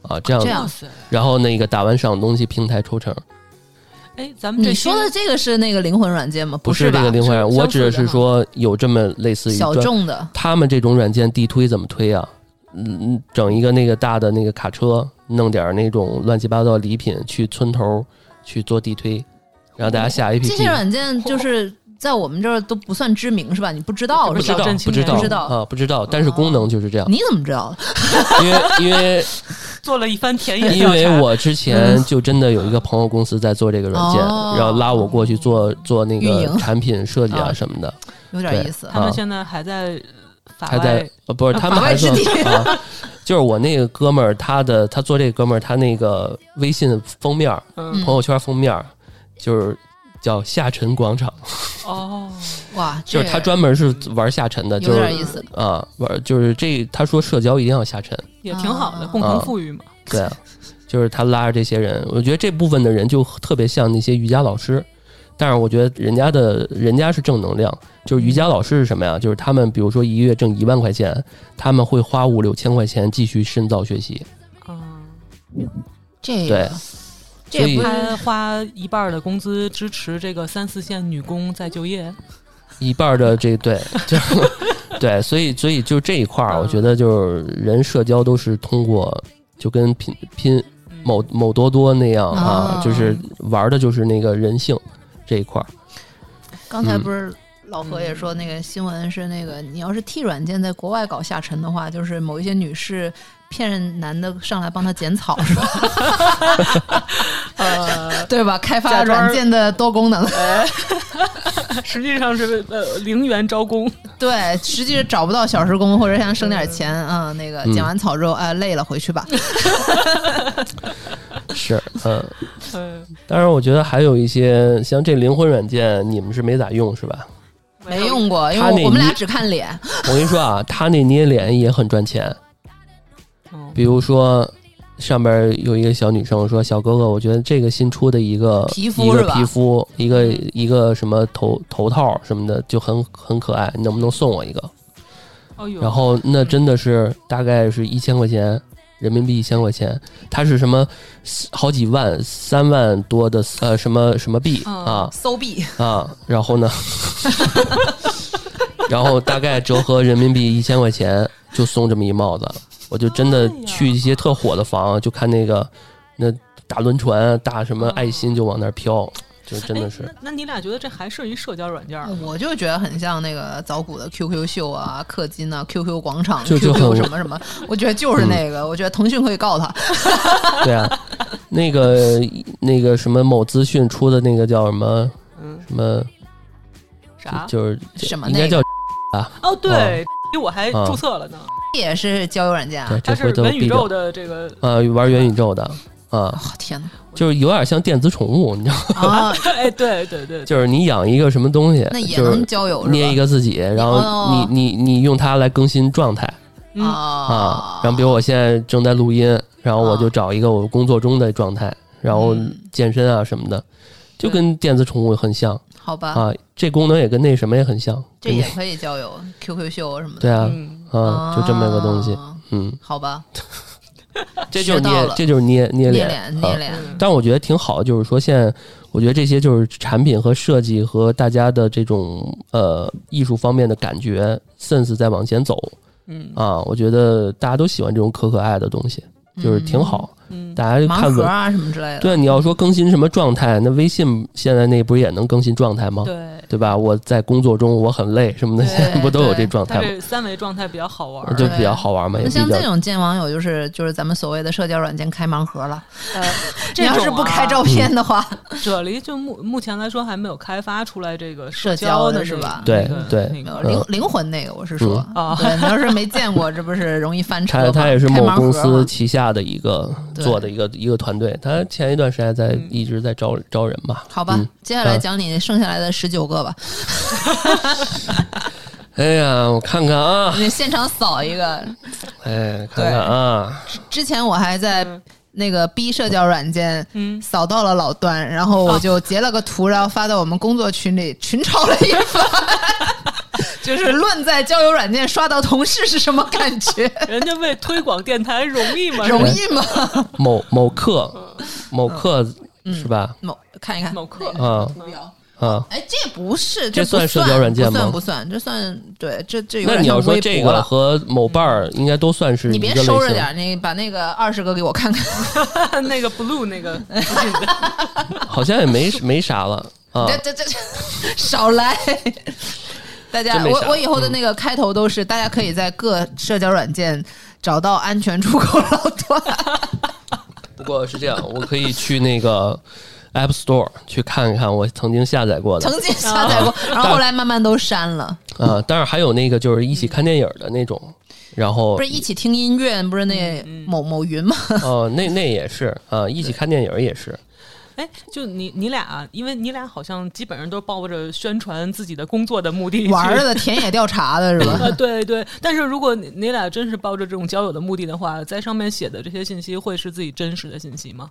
S4: 啊，这样。
S3: 这样
S2: 哇塞，
S4: 然后那个打完赏东西，平台抽成，
S2: 哎，咱们这
S3: 你说的
S2: 些
S3: 这个是那个灵魂软件吗？
S4: 不
S3: 是吧
S4: 这个？灵魂，
S2: 是
S4: 我指的
S2: 相似
S4: 是
S2: 的
S4: 说有这么类似于
S3: 小
S4: 专
S3: 众的
S4: 他们这种软件地推怎么推啊？嗯，嗯，整一个那个大的那个卡车，弄点儿那种乱七八糟的礼品去村头去做地推，然后大家下
S3: 这些
S4: APP，
S3: 软件，就是在我们这儿都不算知名是吧？你不知道
S4: 不
S3: 是
S4: 知
S3: 吧
S4: 道？
S2: 小镇青
S4: 不知
S2: 年
S4: 道
S3: 不知道
S4: 啊，不知道，但是功能就是 这样，
S3: 你怎么知道的？
S4: 因为因为
S2: 做了一番 田野
S4: 因
S2: 调查，
S4: 为我之前就真的有一个朋友公司在做这个软件，
S3: 嗯哦
S4: 然后拉我过去做做那
S3: 运
S4: 个
S3: 营
S4: 产品设计啊
S3: 啊
S4: 什么的，
S3: 有点意思
S4: 对。
S2: 他们
S4: 啊
S2: 现在还在法
S4: 他在
S2: 外，
S4: 呃不是他们
S3: 法外
S4: 还做
S3: 之地
S4: 啊，就是我那个哥们儿，他的他做这个哥们儿，他那个微信封面儿、
S2: 嗯
S4: 朋友圈封面儿就是叫下沉广场，
S2: 哦，
S3: 哇，
S4: 就
S3: 这
S4: 是他专门是玩下沉的，
S3: 有
S4: 就是
S3: 点意思。
S4: 啊玩就是这他说社交一定要下沉，
S2: 也挺好的，
S3: 啊
S2: 共同富裕嘛。
S4: 对啊，就是他拉着这些人，我觉得这部分的人就特别像那些瑜伽老师，但是我觉得人家的人家是正能量，就是瑜伽老师是什么呀？就是他们比如说一个月挣一万块钱，他们会花五六千块钱继续深造学习，
S2: 嗯，
S4: 对
S3: 这个，这也不
S4: 所
S3: 是
S2: 他花一半的工资支持这个三四线女工再就业，
S4: 一半儿的这对就对，所以所以就这一块儿，
S2: 嗯
S4: 我觉得就是人社交都是通过就跟拼拼
S2: 嗯
S4: 某某多多那样啊，
S3: 哦
S4: 就是玩儿的就是那个人性这一块儿。
S3: 刚才不是老何也说，那个新闻是那个，你要是 T 软件在国外搞下沉的话，就是某一些女士骗男的上来帮她剪草，是 吧？
S2: 呃，
S3: 对吧？开发
S2: 假装
S3: 软件的多功能，
S2: 实际上是呃零元招工，
S3: 对，实际是找不到小时工，或者想省点钱啊、那
S4: 嗯
S3: 个剪完草之后，哎，累了回去吧。
S4: 是，嗯，
S2: 嗯，
S4: 当然我觉得还有一些像这灵魂软件，你们是没咋用是吧？
S3: 没用过，因
S4: 他那
S3: 为我们俩
S4: 一
S3: 只看脸。
S4: 我跟你说 啊，他那捏脸也很赚钱。
S2: 嗯，
S4: 比如说，上边有一个小女生说：“小哥哥，我觉得这个新出的一个
S3: 皮肤
S4: 一
S3: 是
S4: 个
S3: 吧
S4: 皮肤，一个一个什么头头套什么的，就很很可爱，你能不能送我一个？”
S2: 哦呦，
S4: 然后那真的是大概是一千块钱人民币，一千块钱，它是什么好几万、三万多的呃什么什么币
S2: 嗯
S4: 啊
S3: 哦搜币，
S4: 啊，然后呢， 然后大概折合人民币一千块钱就送这么一帽子，我就真
S3: 哎
S4: 的去一些特火的房，就看那个那大轮船、大什
S3: 哦
S4: 么爱心就往那儿飘，就真的是
S2: 哎。那那你俩觉得这还是一社交软件儿吗？
S3: 我就觉得很像那个早古的 QQ 秀啊、氪金啊、QQ 广场、
S4: 就就很
S3: QQ
S4: 嗯
S3: 什么什么，我觉得就是那个。我觉得腾讯可以告他，哎
S4: 对啊，那个那个什么某资讯出的那个叫什么
S2: 嗯，
S4: 什么。
S2: 啥？
S4: 就是
S3: 什么
S4: 应
S3: 那
S4: 该叫
S3: 个
S2: 哦，对，我还
S4: 啊
S2: 注册了呢，
S3: 也是交友软件啊
S4: 对，。
S2: 它
S4: 这
S2: 是
S4: 回头
S2: 元宇
S4: 毙
S2: 宙
S4: 掉。
S2: 的这个
S4: 啊，玩元宇宙的啊，
S3: 哦 天哪！
S4: 就是有点像电子宠物，你知道吗，
S3: 啊，
S2: 哎，对对对，
S4: 就是你养一个什么东西，
S3: 那也
S4: 就
S3: 能
S4: 是
S3: 交友是吧？
S4: 捏一个自己，然后
S3: 哦
S4: 你你你用它来更新状态
S2: 嗯
S3: 啊
S4: 啊。然后比如我现在正在录音，然后我
S3: 哦
S4: 就找一个我工作中的状态，然后
S3: 嗯
S4: 健身啊什么的，就跟电子宠物很像
S3: 好吧，
S4: 啊。这功能也跟那什么也很像，
S3: 这也可以交友，QQ 秀什么的。
S4: 对啊
S2: 嗯，
S4: 啊，就这么个东西，
S3: 啊
S4: 嗯，
S3: 好吧，
S4: 这就是
S3: 学到
S4: 捏
S3: 了，
S4: 这就是捏捏
S3: 捏
S4: 脸
S3: 脸
S4: 啊
S3: 捏脸，
S4: 但我觉得挺好，就是说现在，我觉得这些就是产品和设计和大家的这种呃艺术方面的感觉 sense 在往前走
S2: 嗯
S4: 啊，我觉得大家都喜欢这种可可爱的东西，就是挺好。
S2: 嗯，
S4: 大家就
S3: 盲
S4: 看
S3: 盒
S4: 文，
S3: 啊什么之类的。
S4: 对，你要说更新什么状态，那微信现在那不是也能更新状态吗？
S2: 对，
S4: 对吧？我在工作中我很累什么的，
S2: 对
S4: 现在 不都有这
S3: 对
S4: 状
S2: 它
S4: 态吗？
S2: 这三维状态比较好玩儿，
S4: 就
S3: 对
S4: 比较好玩嘛，也
S3: 那
S4: 比较
S3: 像这种见网友，就是就是咱们所谓的社交软件开盲盒了。
S2: 呃，
S3: 你要是不开照片的话，
S2: 啊这里就目目前来说还没有开发出来这个
S3: 社
S2: 交
S3: 交的
S2: 那
S3: 是
S2: 个
S3: 吧
S4: 对
S2: 那个
S4: 对
S2: 那
S3: 没有
S2: 个
S4: 嗯
S3: 灵灵魂那个，我是说，
S2: 嗯啊
S3: 对你要是没见过，这不是容易翻车
S4: 他
S3: 吗？
S4: 他也是
S3: 开
S4: 某
S3: 盲盒
S4: 公司
S3: 嘛
S4: 旗下的一个
S3: 对
S4: 做的一个一个团队，他前一段时间在、
S2: 嗯
S4: 一直在招招人嘛。
S3: 好吧，
S4: 嗯
S3: 接下来
S4: 嗯
S3: 讲你剩下来的十九个吧，
S4: 哎呀，我看看啊，
S3: 你现场扫一个。
S4: 哎，看看啊，
S3: 之前我还在
S2: 嗯
S3: 那个 B 社交软件
S2: 嗯
S3: 扫到了老段，然后我
S4: 哦
S3: 就截了个图，然后发到我们工作群里群嘲了一番， 就是论在交友软件刷到同事是什么 感觉，
S2: 人家为推广电台容易吗？
S3: 容易吗？
S4: 某某课，
S3: 嗯
S4: 某课、是吧？
S3: 某看一看
S2: 某课
S4: 啊
S3: 图标。
S4: 啊，
S3: 哎，这不是，
S4: 这
S3: 不算
S4: 算社交软件吗
S3: 不算，不算，这算对，这这有
S4: 那
S3: 点
S4: 你要
S3: 像
S4: 说
S3: 微
S4: 这
S3: 博
S4: 个
S3: 了。嗯
S4: 和某伴儿应该都算是
S3: 你
S4: 一个
S3: 别
S4: 类
S3: 收着
S4: 型
S3: 点儿，你把那个二十个给我看看。
S2: 那个 blue 那个
S4: 好像也 没没啥了啊
S3: 这。这这 这少来！大家
S4: 真，没
S3: 我
S4: 啥嗯
S3: 我以后的那个开头都是，大家可以在各社交软件找到安全出口老段。
S4: 不过是这样，我可以去那 个 App Store 去看一看我曾经下载过的
S3: 曾经下载过，
S4: 嗯
S3: 然后后来慢慢都删了。
S4: 啊。当然还有那个就是一起看电影的那种，然后
S3: 嗯不是一起听音乐，不是那某某云吗？
S4: 哦，那那也是啊，一起看电影也是，
S2: 哎，就你你俩啊，因为你俩好像基本上都抱着宣传自己的工作的目的去
S3: 玩儿。的田野调查的是吧
S2: 啊，？对对，但是如果你你俩真是抱着这种交友的目的的话，在上面写的这些信息会是自己真实的信息吗？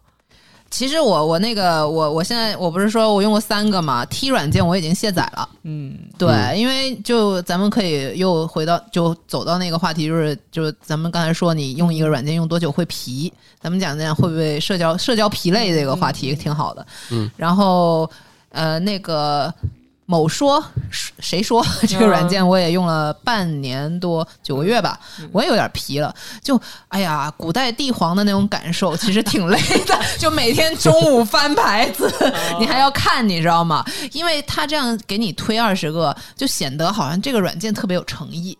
S3: 其实我我那个我我现在我不是说我用过三个嘛，T 软件我已经卸载了。
S2: 嗯，
S3: 对，因为就咱们可以又回到，就走到那个话题，就是就是咱们刚才说你用一个软件用多久会疲，咱们讲讲会不会社交社交疲累这个话题挺好的。嗯，然后呃，那个某说谁说 这个软件我也用了半年多九个月吧，我也有点皮了。就哎呀，古代帝皇的那种感受其实挺累的， 就每天中午翻牌子，你还要看，你知道吗？因为他这样给你推二十个，就显得好像这个软件特别有诚意。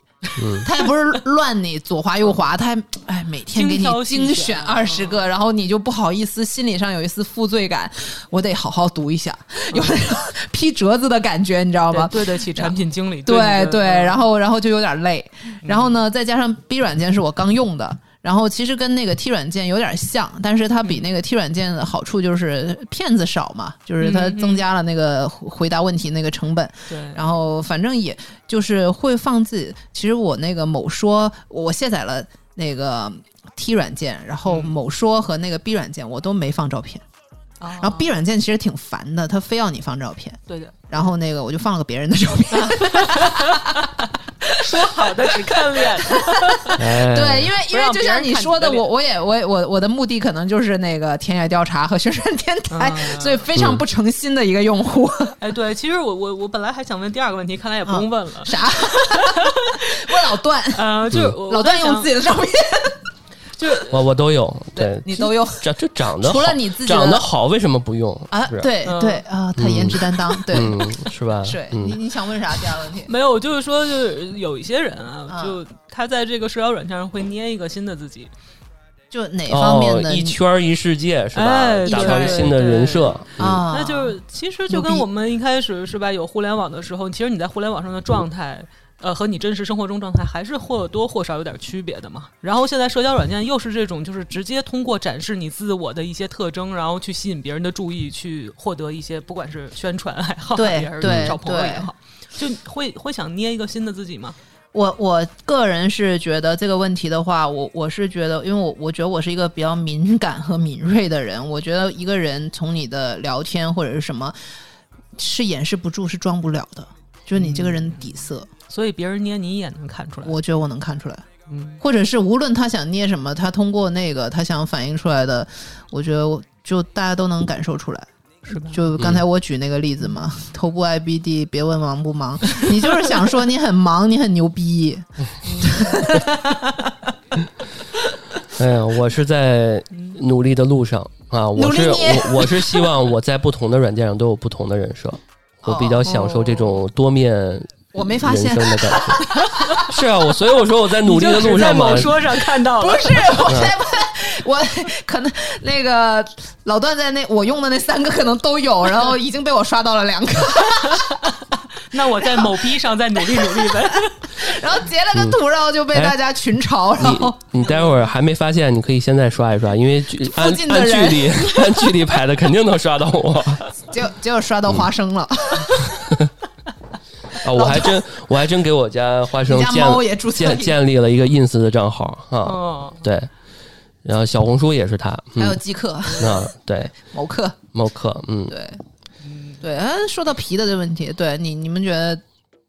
S3: 他也不是乱你左滑右滑，他还哎每天给你
S2: 精挑细
S3: 精
S2: 选嗯
S3: 选二十个，然后你就不好意思，心理上有一丝负罪感，我得好好读一下，有那种
S2: 嗯
S3: 批折子的感觉，你知道吗
S2: 得？对得起产品经理。
S3: 对
S2: 你的
S3: 对，然后然后就有点累，
S2: 嗯
S3: 然后呢，再加上 B 软件是我刚用的。然后其实跟那个 T 软件有点像，但是它
S2: 嗯
S3: 比那个 T 软件的好处就是骗子少嘛，就是它
S2: 嗯嗯嗯
S3: 增加了那个回答问题那个成本。
S2: 对，
S3: 然后反正也就是会放自己。其实我那个某说，我卸载了那个 T 软件，然后
S2: 嗯
S3: 某说和那个 B 软件我都没放照片。
S2: 然
S3: 然后 B 软件其实挺烦的，它非要你放照片，
S2: 哦对 的，
S3: 然后那个我就放了个别人的照片。
S2: 说好的只看脸，
S4: 哎，
S3: 对，因为因为
S2: 让
S3: 就
S2: 别
S3: 像
S2: 人
S3: 你
S2: 看
S3: 说
S2: 你的
S3: 的，我
S2: 脸
S3: 我也我也我我的目的可能就是那个田野调查和宣 传电台，
S2: 嗯
S3: 所以非常不诚心的一个用户。
S2: 哎，对，其实我我我本来还想问第二个问题，看来也不
S3: 啊
S2: 用问了。
S3: 啥？我老段，
S2: 呃，就是我
S3: 嗯老段用
S2: 己，
S3: 自己的照片，
S2: 就是
S4: 我我都有，对，
S3: 你都用。
S4: 长就 长得
S3: 除了
S4: 好
S3: 你自己的
S4: 长得好，为什么不用
S3: 啊
S4: 是不，是，
S3: 对
S2: 嗯
S3: 对啊，他颜值担当，对
S4: 嗯，是 吧？
S3: 对，你
S4: 嗯，
S3: 你想问啥第二个问题？
S2: 没有，就是说，就是有一些人啊，
S3: 啊
S2: 就他在这个社交软件上会捏一个新的自己，
S3: 就哪方面
S4: 哦，
S3: 的
S4: 一圈儿一世界是吧
S2: 哎？
S4: 打
S2: 对
S4: 造一个新的人设，嗯
S3: 啊？
S2: 那就是其实就跟
S3: 牛逼
S2: 我们一开始是吧，有互联网的时候，其实你在互联网上的状态。呃，和你真实生活中状态还是或多或少有点区别的嘛。然后现在社交软件又是这种，就是直接通过展示你自我的一些特征，然后去吸引别人的注意，去获得一些不管是宣传爱好
S3: 对
S2: 也好，还
S3: 对
S2: 是找朋友
S3: 对
S2: 也好，就会会想捏一个新的自己吗？
S3: 我我个人是觉得这个问题的话，我我是觉得，因为我我觉得我是一个比较敏感和敏锐的人，我觉得一个人从你的聊天或者是什么，是掩饰不住，是装不了的。就是你这个人的底色，
S2: 所以别人捏你一眼能看出来。
S3: 我觉得我能看出来，
S2: 嗯，
S3: 或者是无论他想捏什么，他通过那个他想反映出来的，我觉得我就大家都能感受出来。
S2: 是吧？
S3: 就刚才我举那个例子嘛，头部 IBD，别问忙不忙，你就是想说你很忙，你很牛逼，
S4: 哎呀，我是在努力的路上啊，
S3: 努
S4: 我
S3: 力
S4: 是
S3: 捏
S4: 我我是希望我在不同的软件上都有不同的人设，我比较享受这种多面
S3: 哦我没发
S4: 人
S3: 现
S4: 生的感觉。 是啊，我所以我说我在努力的路上嘛
S2: 某，说上看到
S3: 不
S2: 了，
S3: 是，我
S4: 嗯
S3: 在问，我可能那个老段在那我用的那三个可能都有，然后已经被我刷到了两个，
S2: 那我在某逼上再努力努力 呗。
S3: 然后截了个图，然后就被大家群嘲，然后
S4: 嗯哎你你待会儿还没发现，你可以现在刷一刷，因为距按
S3: 近的
S4: 按距
S3: 人
S4: 离按距离排的，肯定能刷到我。
S3: 结果结果刷到
S4: 嗯
S3: 花生了，
S4: 啊，我还真我还真给我家花生
S3: 哦你家
S4: 建
S3: 猫也注册一
S4: 建
S3: 个
S4: 建立了一个 ins 的账号啊，
S2: 哦，
S4: 对，然后小红书也是他，
S3: 还有
S4: 嗯，
S3: 即刻
S4: 啊，对，
S3: 某客，
S4: 猫客， 嗯，
S3: 对，对，啊，说到皮的这问题，对你你们觉得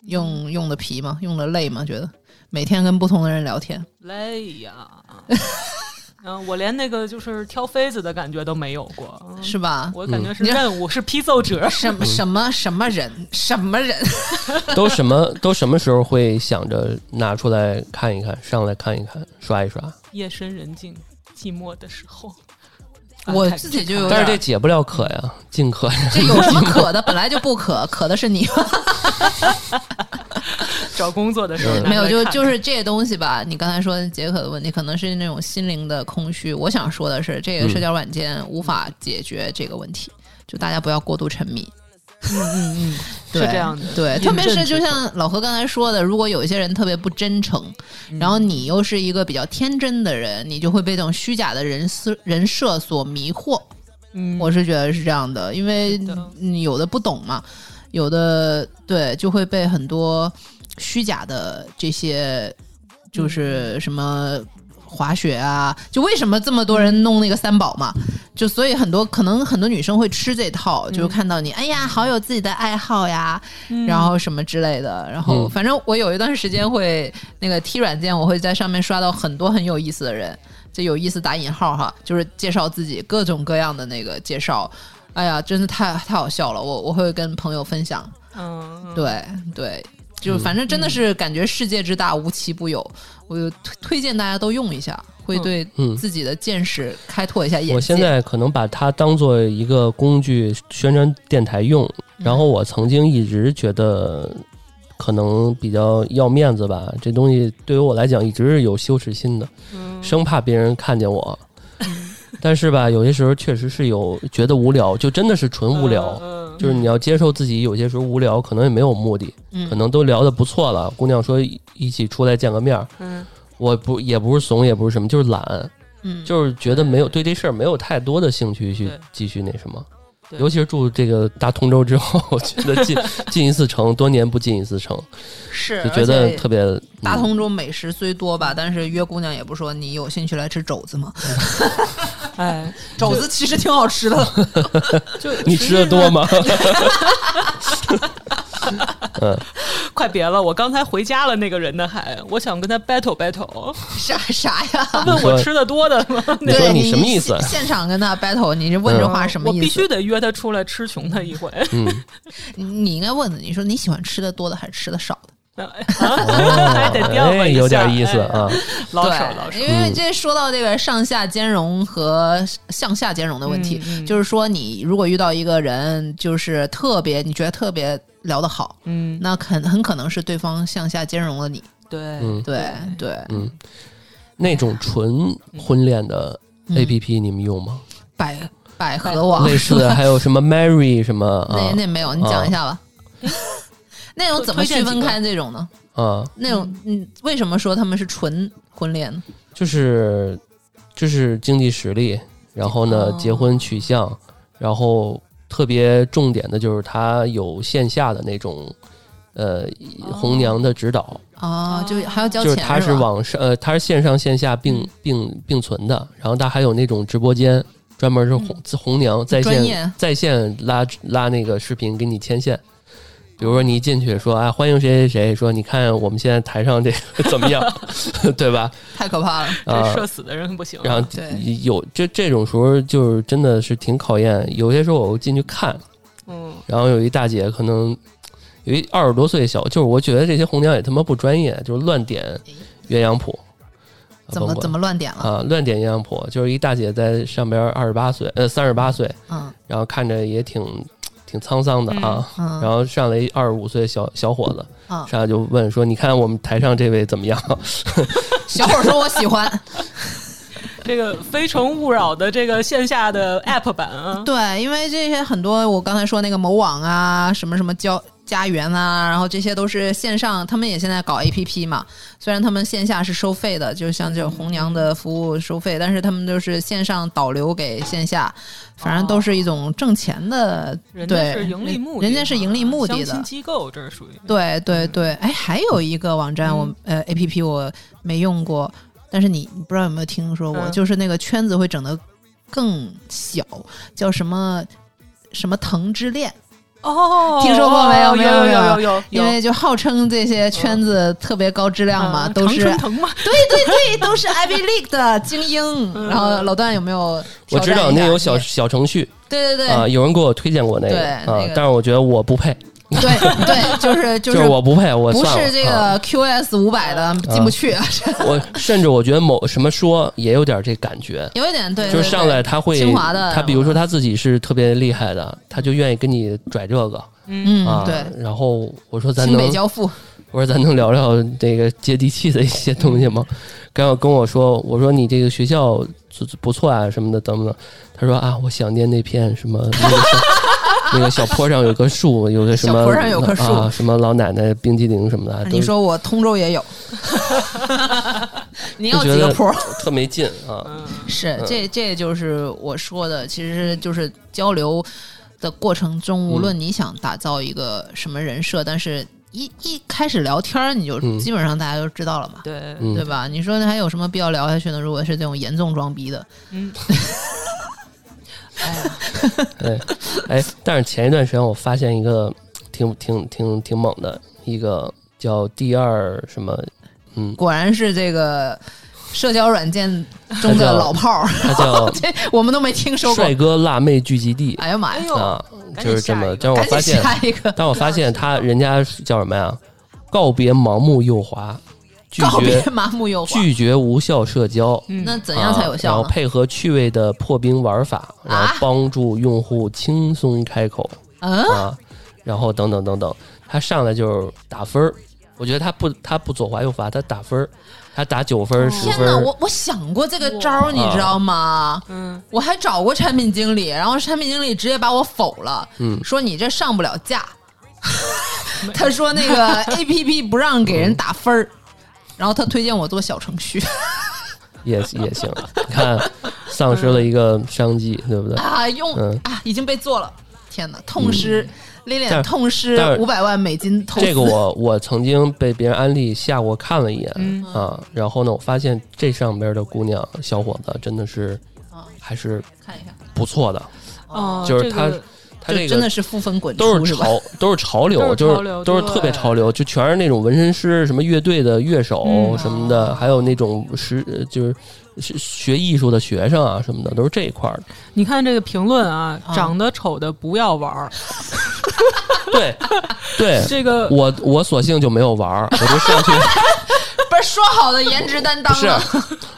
S3: 用用的皮吗？用的累吗？觉得每天跟不同的人聊天，
S2: 累呀。 嗯，我连那个就是挑妃子的感觉都没有过，嗯
S3: 是吧？
S2: 我感觉是
S3: 嗯
S2: 任务，是批奏折。
S3: 什
S4: 嗯
S3: 么什么什么人？什 么人？
S4: 都什么都什么时候会想着拿出来看一看，上来看一看，刷一刷？
S2: 夜深人静、寂寞的时候，
S3: 我
S2: 啊看
S3: 自己就有
S4: 但是
S3: 点
S4: 这解不了渴呀，尽渴呀。
S3: 这有什么渴的？本来就不渴，渴的是你。
S2: 找工作的时候
S4: 嗯
S2: 拿
S3: 没有，
S2: 来
S3: 就
S2: 看
S3: 就是这些东西吧。你刚才说的解渴的问题，可能是那种心灵的空虚。我想说的是，这个社交软件无法解决这个问题，就大家不要过度沉迷。嗯
S2: 是
S3: 对
S2: 这样的，
S3: 对，
S2: 饮
S3: 特别
S2: 鸩止
S3: 是就像老何刚才说的，如果有一些人特别不真诚，
S2: 嗯
S3: 然后你又是一个比较天真的人，你就会被这种虚假的人思人设所迷惑。
S2: 嗯，
S3: 我是觉得是这样的，因为
S2: 是的
S3: 你有的不懂嘛，有的对就会被很多虚假的这些
S2: 嗯
S3: 就是什么。滑雪啊，就为什么这么多
S2: 嗯
S3: 人弄那个三宝嘛？就所以很多可能很多女生会吃这套，
S2: 嗯
S3: 就是看到你，哎呀，好有自己的爱好呀，然后什么之类的。然后
S4: 嗯
S3: 反正我有一段时间会那个 T 软件，我会在上面刷到很多很有意思的人，这有意思打引号哈，就是介绍自己各种各样的那个介绍。哎呀，真的太太好笑了！我我会跟朋友分享，
S2: 嗯，嗯，
S3: 对对，就是反正
S4: 嗯
S3: 真的是感觉世界之大无奇不有，我就推推荐大家都用一下，会对
S4: 嗯
S3: 自己的见识开拓一下眼界。
S4: 我现在可能把它当做一个工具宣传电台用，
S3: 嗯
S4: 然后我曾经一直觉得可能比较要面子吧，这东西对于我来讲一直是有羞耻心的，
S3: 嗯
S1: Mm-hmm.
S4: 生怕别人看见我。 但是吧，有些时候确实是有觉得无聊，就真的是纯无聊。
S2: 嗯，
S4: 就是你要接受自己有些时候无聊，可能也没有目的，
S3: 嗯
S4: 可能都聊得不错了。姑娘说一一起出来见个面儿，
S2: 嗯
S4: 我不也不是怂，也不是什么，就是懒。
S3: 嗯，
S4: 就是觉得没有对这事儿没有太多的兴趣去
S2: 对
S4: 继续那什么。
S2: 对
S4: 尤其是住这个大通州之后，我觉 得进进一次城，多年不进一次城，
S3: 是
S4: 就觉得特
S3: 别。
S4: 别
S3: 大
S4: 嗯
S3: 通州美食虽多吧，但是约姑娘也不说你有兴趣来吃肘子吗？
S2: 哎，
S3: 肘子其实挺好吃的，
S2: 就
S4: 嗯你吃的多？
S2: 其实呢
S4: 吗？
S2: 快别了，我刚才回家了。那个人呢？还我想跟他 battle battle，
S3: 啥啥呀？
S2: 问我
S4: 你说
S2: 吃的多的吗？
S4: 你说
S3: 对
S4: 你什么意思
S3: 现现场跟他 battle，你这问这话什么
S2: 我
S3: 意思？
S2: 必须得约他出来吃穷他一回。
S4: 嗯，
S3: 你你应该问他，你说你喜欢吃的多的还是吃的少的？
S4: 哦
S2: 还得调
S4: 哎
S2: 换一下
S4: 有点意思
S2: 哎
S4: 啊。
S2: 老手
S3: 对
S2: 老手，
S3: 因为这说到这个上下兼容和向下兼容的问题，
S2: 嗯嗯
S3: 就是说你如果遇到一个人，就是特别你觉得特别聊得好，
S2: 嗯，
S3: 那肯很可能是对方向下兼容了你。
S2: 对，
S4: 嗯
S3: 对对，
S4: 嗯，那种纯婚恋的
S2: 嗯
S4: A P P 你们用吗？
S3: 百百合网
S4: 类似的还有什么 Mary 什么啊
S3: 那那没有，你讲一下吧。 那种怎么
S2: 推荐
S3: 区
S2: 几
S3: 分
S2: 个
S3: 开这种呢？
S4: 啊啊，
S3: 那种嗯，为什么说他们是纯婚恋呢？
S4: 就是就是经济实力，然后呢，
S3: 哦
S4: 结婚取向，然后特别重点的就是他有线下的那种。呃，红娘的指导、
S3: 哦，就还要交
S4: 就是
S3: 钱
S4: 他
S3: 是吧
S4: 网上呃，他是线上线下并、
S3: 嗯
S4: 并并存的，然后他还有那种直播间，专门是红、红娘在
S3: 嗯专业
S4: 线在线拉拉那个视频给你牵线。比如说你一进去说啊，欢迎谁谁谁，说你看我们现在台上这个怎么样， 对吧？
S3: 太可怕了。
S4: 啊、
S2: 这社死的人可不行。
S4: 然后
S3: 对
S4: 有这这种时候，就是真的是挺考验。有些时候我进去看，
S2: 嗯，
S4: 然后有一大姐可能有一二十多岁小，就是我觉得这些红娘也他妈不专业，就是乱点鸳鸯谱，啊
S3: 哎怎么
S4: 甭管
S3: 怎么乱点了？
S4: 啊？乱点鸳鸯谱，就是一大姐在上边二十八岁，呃三十八岁，
S3: 嗯
S4: 然后看着也挺挺沧桑的啊。
S3: 嗯，
S4: 然后上来一二十五岁小小伙子，
S3: 嗯
S4: 上来就问说：“你看我们台上这位怎么样？”
S3: 小伙说我喜欢，
S2: 这个《非诚勿扰》的这个线下的 App 版啊，
S3: 对，因为这些很多我刚才说那个某网啊，什么什么交家园啊，然后这些都是线上，他们也现在搞 APP 嘛。虽然他们线下是收费的，就像这种红娘的服务收费，但是他们都是线上导流给线下，反正都是一种挣钱的，
S2: 人家
S3: 对，
S2: 是盈利目的，
S3: 人家是盈利目的
S2: 相亲
S3: 的。
S2: 机构，这是属于
S3: 对对对，哎，还有一个网站我，呃 A P P 我没用过，但是你你不知道有没有听说过，
S2: 嗯
S3: 就是那个圈子会整得更小，叫什么什么藤之恋，
S2: 哦
S3: 听说过没有
S2: 有
S3: 没有
S2: 有
S3: 没
S2: 有
S3: 有
S2: 有
S3: 因为就号称这些圈子特别高质量嘛，
S2: 啊
S3: 都是
S2: 常春藤嘛，
S3: 对对对，都是 Ivy League 的精英。
S2: 嗯
S3: 然后老段有没有
S4: 我
S3: 挑战
S4: 知
S3: 一下？
S4: 道那有小
S3: 你
S4: 小程序，
S3: 对对对、
S4: 啊、有人给我推荐过那个
S3: 对
S4: 啊、
S3: 那个
S4: 但是我觉得我不配，
S3: 对 对，就是就。
S4: 就是我不配，我
S3: 不
S4: 算了
S3: 是这
S4: 啊
S3: 个 QS 五百的进不去，啊
S4: 我甚至我觉得某什么说也有点这感觉，
S3: 有一点对，
S4: 就是
S3: 对
S4: 上
S3: 对
S4: 来他会
S3: 清华的
S4: 他比如说他自己是特别厉害的，他就愿意跟你拽这个
S2: 嗯，
S3: 嗯
S4: 啊，
S3: 对，
S4: 然后我说咱
S3: 清北
S4: 能，啊
S3: 交付，
S4: 我说咱能聊聊这个接地气的一些东西吗？刚要跟我说，我说你这个学校不错啊什么的，怎么的？他说啊，我想念那片什么那个小那个小坡上有棵树，有个什么
S3: 小坡上有棵树啊
S4: 啊，什么老奶奶冰激凌什么的，都
S3: 你说我通州也有， 你要
S4: 就
S3: 几
S4: 觉
S3: 个
S4: 得
S3: 坡？
S4: 特没劲啊。
S3: 是这这就是我说的，其实就是交流的过程中，无
S4: 嗯
S3: 论你想打造一个什么人设，但是一一开始聊天儿，你就
S4: 嗯
S3: 基本上大家都知道了嘛。
S2: 对，
S4: 嗯
S3: 对吧？你说还有什么必要聊下去呢？如果是这种严重装逼的，
S2: 嗯，
S4: 对，哎，但是前一段时间我发现一个挺挺挺挺猛 的一个叫第二什么，嗯，
S3: 果然是这个社交软件中的老炮儿，
S4: 他叫
S3: 这我们都没听说过。
S4: 帅哥辣妹聚集地
S3: 哎呀妈
S2: 哎
S3: 呀！
S2: 呦，
S4: 啊，
S2: 赶紧
S4: 就是这
S2: 下一
S4: 么。
S2: 个
S4: 哎但是我
S3: 赶紧
S4: 发现，
S3: 下一 个，
S4: 但我发现他人家叫什么呀？告别盲目右滑，拒
S3: 告别
S4: 绝
S3: 麻木诱惑。
S4: 拒绝无效社交。
S3: 那怎样才有
S4: 啊然
S3: 效
S4: 后
S3: 呢？啊
S4: 配合趣味的破冰玩法，然后帮助用户轻松开口
S3: 嗯、
S4: 啊，然后等等等等，他上来就是打分儿。我觉得他不，他不左滑右滑，他打分儿，他打九分儿、十
S3: 哦天
S4: 分
S3: 哪，
S4: 儿。
S3: 我我想过这个招儿，你知道吗？
S2: 嗯，
S3: 我还找过产品经理，然后产品经理直接把我否了，
S4: 嗯
S3: 说你这上不了架。 他说那个 A P P 不让给
S4: 嗯
S3: 人打分儿，然后他推荐我做小程序。
S4: 也也行，你看，丧失了一个商机，对不对？
S3: 啊，用、
S4: 嗯
S3: 啊，已经被做了。天哪，痛失丽
S4: 但
S3: 脸，
S4: 是
S3: 痛失
S4: 但是
S3: 五百万美金投资。
S4: 这个我我曾经被别人安利下过，看了一眼、
S3: 嗯
S4: 啊，然后呢，我发现这上边的姑娘小伙子真的是
S3: 啊
S4: 还是
S3: 看一看，
S4: 不错的，
S2: 哦，
S4: 就是他
S2: 这个
S4: 他
S3: 就
S4: 这
S3: 真的
S4: 个
S3: 是负分滚
S4: 都
S3: 出
S4: 是
S3: 吧？
S4: 潮都是潮流，
S2: 都是
S4: 就
S2: 潮
S4: 是
S2: 流
S4: 都是
S2: 对
S4: 特别潮流，就全是那种纹身师、什么乐队的乐手
S2: 嗯
S4: 什么的，还有那种是呃就是是学艺术的学生啊什么的，都是这一块儿的。
S2: 你看这个评论啊
S3: 啊，
S2: 长得丑的不要玩儿，
S4: 对对，
S2: 这个
S4: 哎我我索性就没有玩儿，我就上 去。
S3: 不是说好的颜值担
S4: 不
S3: 当
S4: 是
S3: 呢？，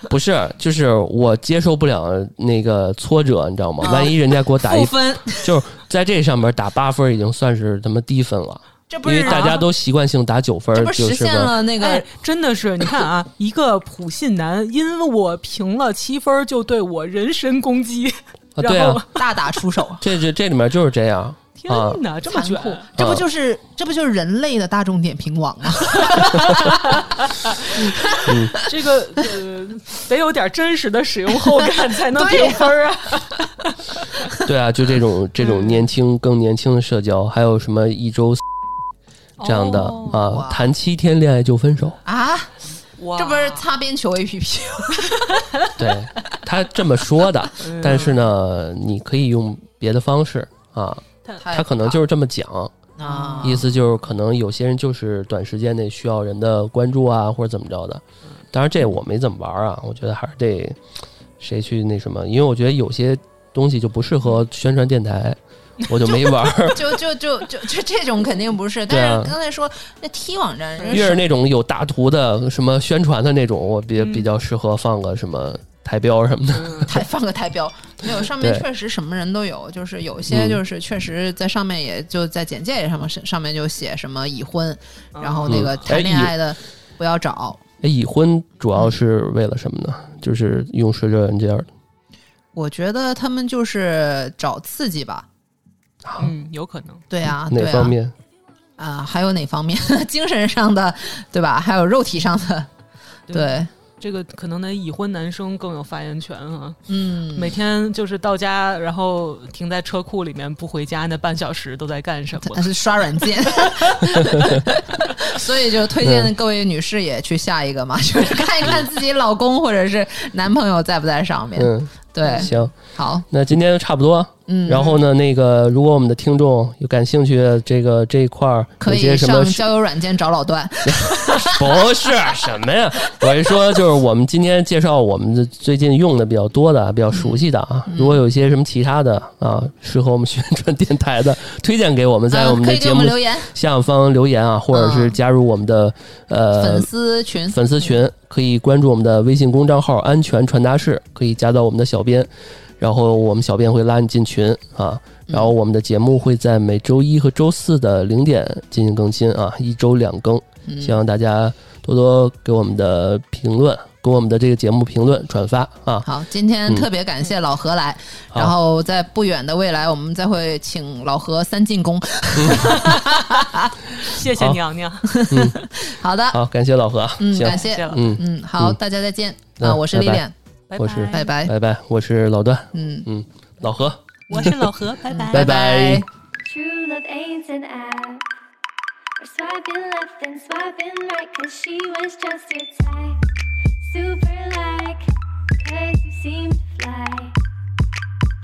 S4: 不是，就是我接受不了那个挫折，你知道吗？
S2: 哦
S3: 啊
S4: 万一人家给我打
S3: 负
S4: 一，
S3: 分，
S4: 就是在这上面打八分已经算是他妈低分了，
S3: 这不
S4: 因
S3: 是啊
S4: 为大家都习惯性打九分
S3: 这，不是
S4: 就
S3: 实
S4: 是
S3: 现
S4: 吧？
S3: 了那个
S2: 哎，真的是，你看 啊，一个普信男，因为我评了七分儿就对我人身攻击，
S4: 啊对
S2: 然后、
S4: 啊，
S3: 大打出手？
S4: 这这这里面就是这样
S2: 天
S4: 啊，
S2: 哪，这么
S3: 残
S2: 卷
S3: 酷，这
S4: 嗯
S3: 不就是、这不就是人类的大众点评网吗？
S2: 这个呃，得有点真实的使用后 感才能
S3: 对呀
S2: 评分儿啊。
S4: 对啊，就这 种这种年轻
S3: 嗯
S4: 更年轻的社交，还有什么一周这样的
S2: 哦
S4: 啊
S3: 哇，
S4: 谈七天恋爱就分 手，
S3: 啊，
S2: 哇
S3: 这不是擦边球 A P P？
S4: 对他这么说 的，
S3: 嗯
S4: 但是呢，你可以用别的方式啊，
S3: 哎
S4: 他可能就是这么讲。
S3: 啊，
S4: 意思就是可能有些人就是短时间内需要人的关注啊，或者怎么着的。
S3: 嗯
S4: 当然这我没怎么玩啊，我觉得还是得谁去那什么，因为我觉得有些东西就不适合
S3: 嗯
S4: 宣传电台，我就没玩儿。
S3: 就就就就就这种肯定不是。
S4: 对啊
S3: 但是刚才说那 T 网站，人家
S4: 越是那种有大图的什么宣传的那种，我
S3: 嗯
S4: 比比较适合放个什么台标什么的。
S3: 台放个台标，没有上面
S4: 对嗯
S3: 确实什么人都有，就是有些就是确实在上面也就在简介上面上面就写什么已婚，然后那个
S4: 嗯哎
S3: 谈
S4: 已
S3: 恋爱的不要找。
S4: 哎，已婚主
S3: 嗯
S4: 要是为了什么呢？就是用社交软件儿
S3: 我觉得他们就是找刺激吧，
S2: 嗯，有可能。
S3: 对
S4: 啊
S3: 啊，
S4: 哪
S3: 对
S4: 方
S3: 啊，
S4: 面？
S3: 啊、还有哪方面？ 精神上的，对吧？还有肉体上的，
S2: 对
S3: 对，
S2: 这个可能那已婚男生更有发言权啊。
S3: 嗯，
S2: 每天就是到家，然后停在车库里面不回家那半小时都在干什么
S3: 但？是刷软件， 所以就推荐各位女士也去下一个
S4: 嗯
S3: 嘛，就是看一看自己老公或者是男朋友在不在上面。
S4: 嗯，
S3: 对，
S4: 行，
S3: 好，
S4: 那今天就差不多。
S3: 嗯，
S4: 然后呢，那个如果我们的听众有感兴趣，这个这一块儿
S3: 可
S4: 有
S3: 以
S4: 些什么
S3: 上交友软件找老段，
S4: 不是什么呀？我是说，就是我们今天介绍我们的最近用的比较多的、比较熟悉的
S3: 嗯
S4: 啊。如果有一些什么其他的啊，适合我们 宣传电台的，推荐给我们，在我
S3: 嗯
S4: 们
S3: 可
S4: 的
S3: 以给
S4: 节
S3: 我
S4: 目
S3: 们留言，嗯
S4: 下方留言啊，或者是加入我们的呃
S3: 粉丝群，
S4: 粉丝群，可以关注我们的微信公众号“安全传达室”，可以加到我们的小编，然后我们小编会拉你进群啊。
S3: 嗯
S4: 然后我们的节目会在每周一和周四的零点进行更新啊，一周两更，
S3: 嗯
S4: 希望大家多多给我们的评论，给我们的这个节目评论转发啊。
S3: 好，今天
S4: 嗯
S3: 特别感谢老何来，
S4: 好
S3: 然后在不远的未来，我们再会请老何三进宫。
S4: 嗯
S2: 谢谢
S4: 好
S2: 娘娘，
S3: 好的，
S4: 好，感谢老何，啊
S3: 嗯，
S4: 行
S3: 感，谢，
S2: 谢了，
S4: 嗯，
S3: 嗯，好，
S4: 嗯
S3: 大家再见
S4: 嗯
S3: 啊，我是
S4: 拜
S3: 丽
S4: 拜
S3: 莲，
S2: 拜
S4: 我是
S3: 拜拜，
S4: 拜拜，我是老段，
S3: 嗯，
S4: 嗯，老何，
S2: 我是老何，拜拜
S4: 拜拜
S1: True love ain't an app. We're swiping left and swiping right, cause she was just your type. Super like, cause you seemed to fly.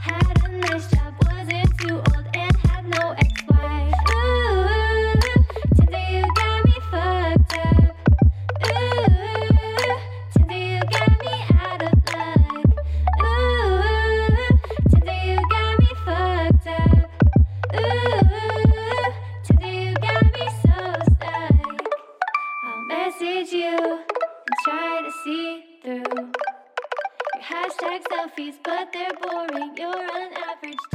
S1: Had a nice job, wasn't too old, and had no ex wife. Ooh, Tinder, you got me fucked up. Ooh, Tinder, you got me
S5: selfies, but they're boring. You're an average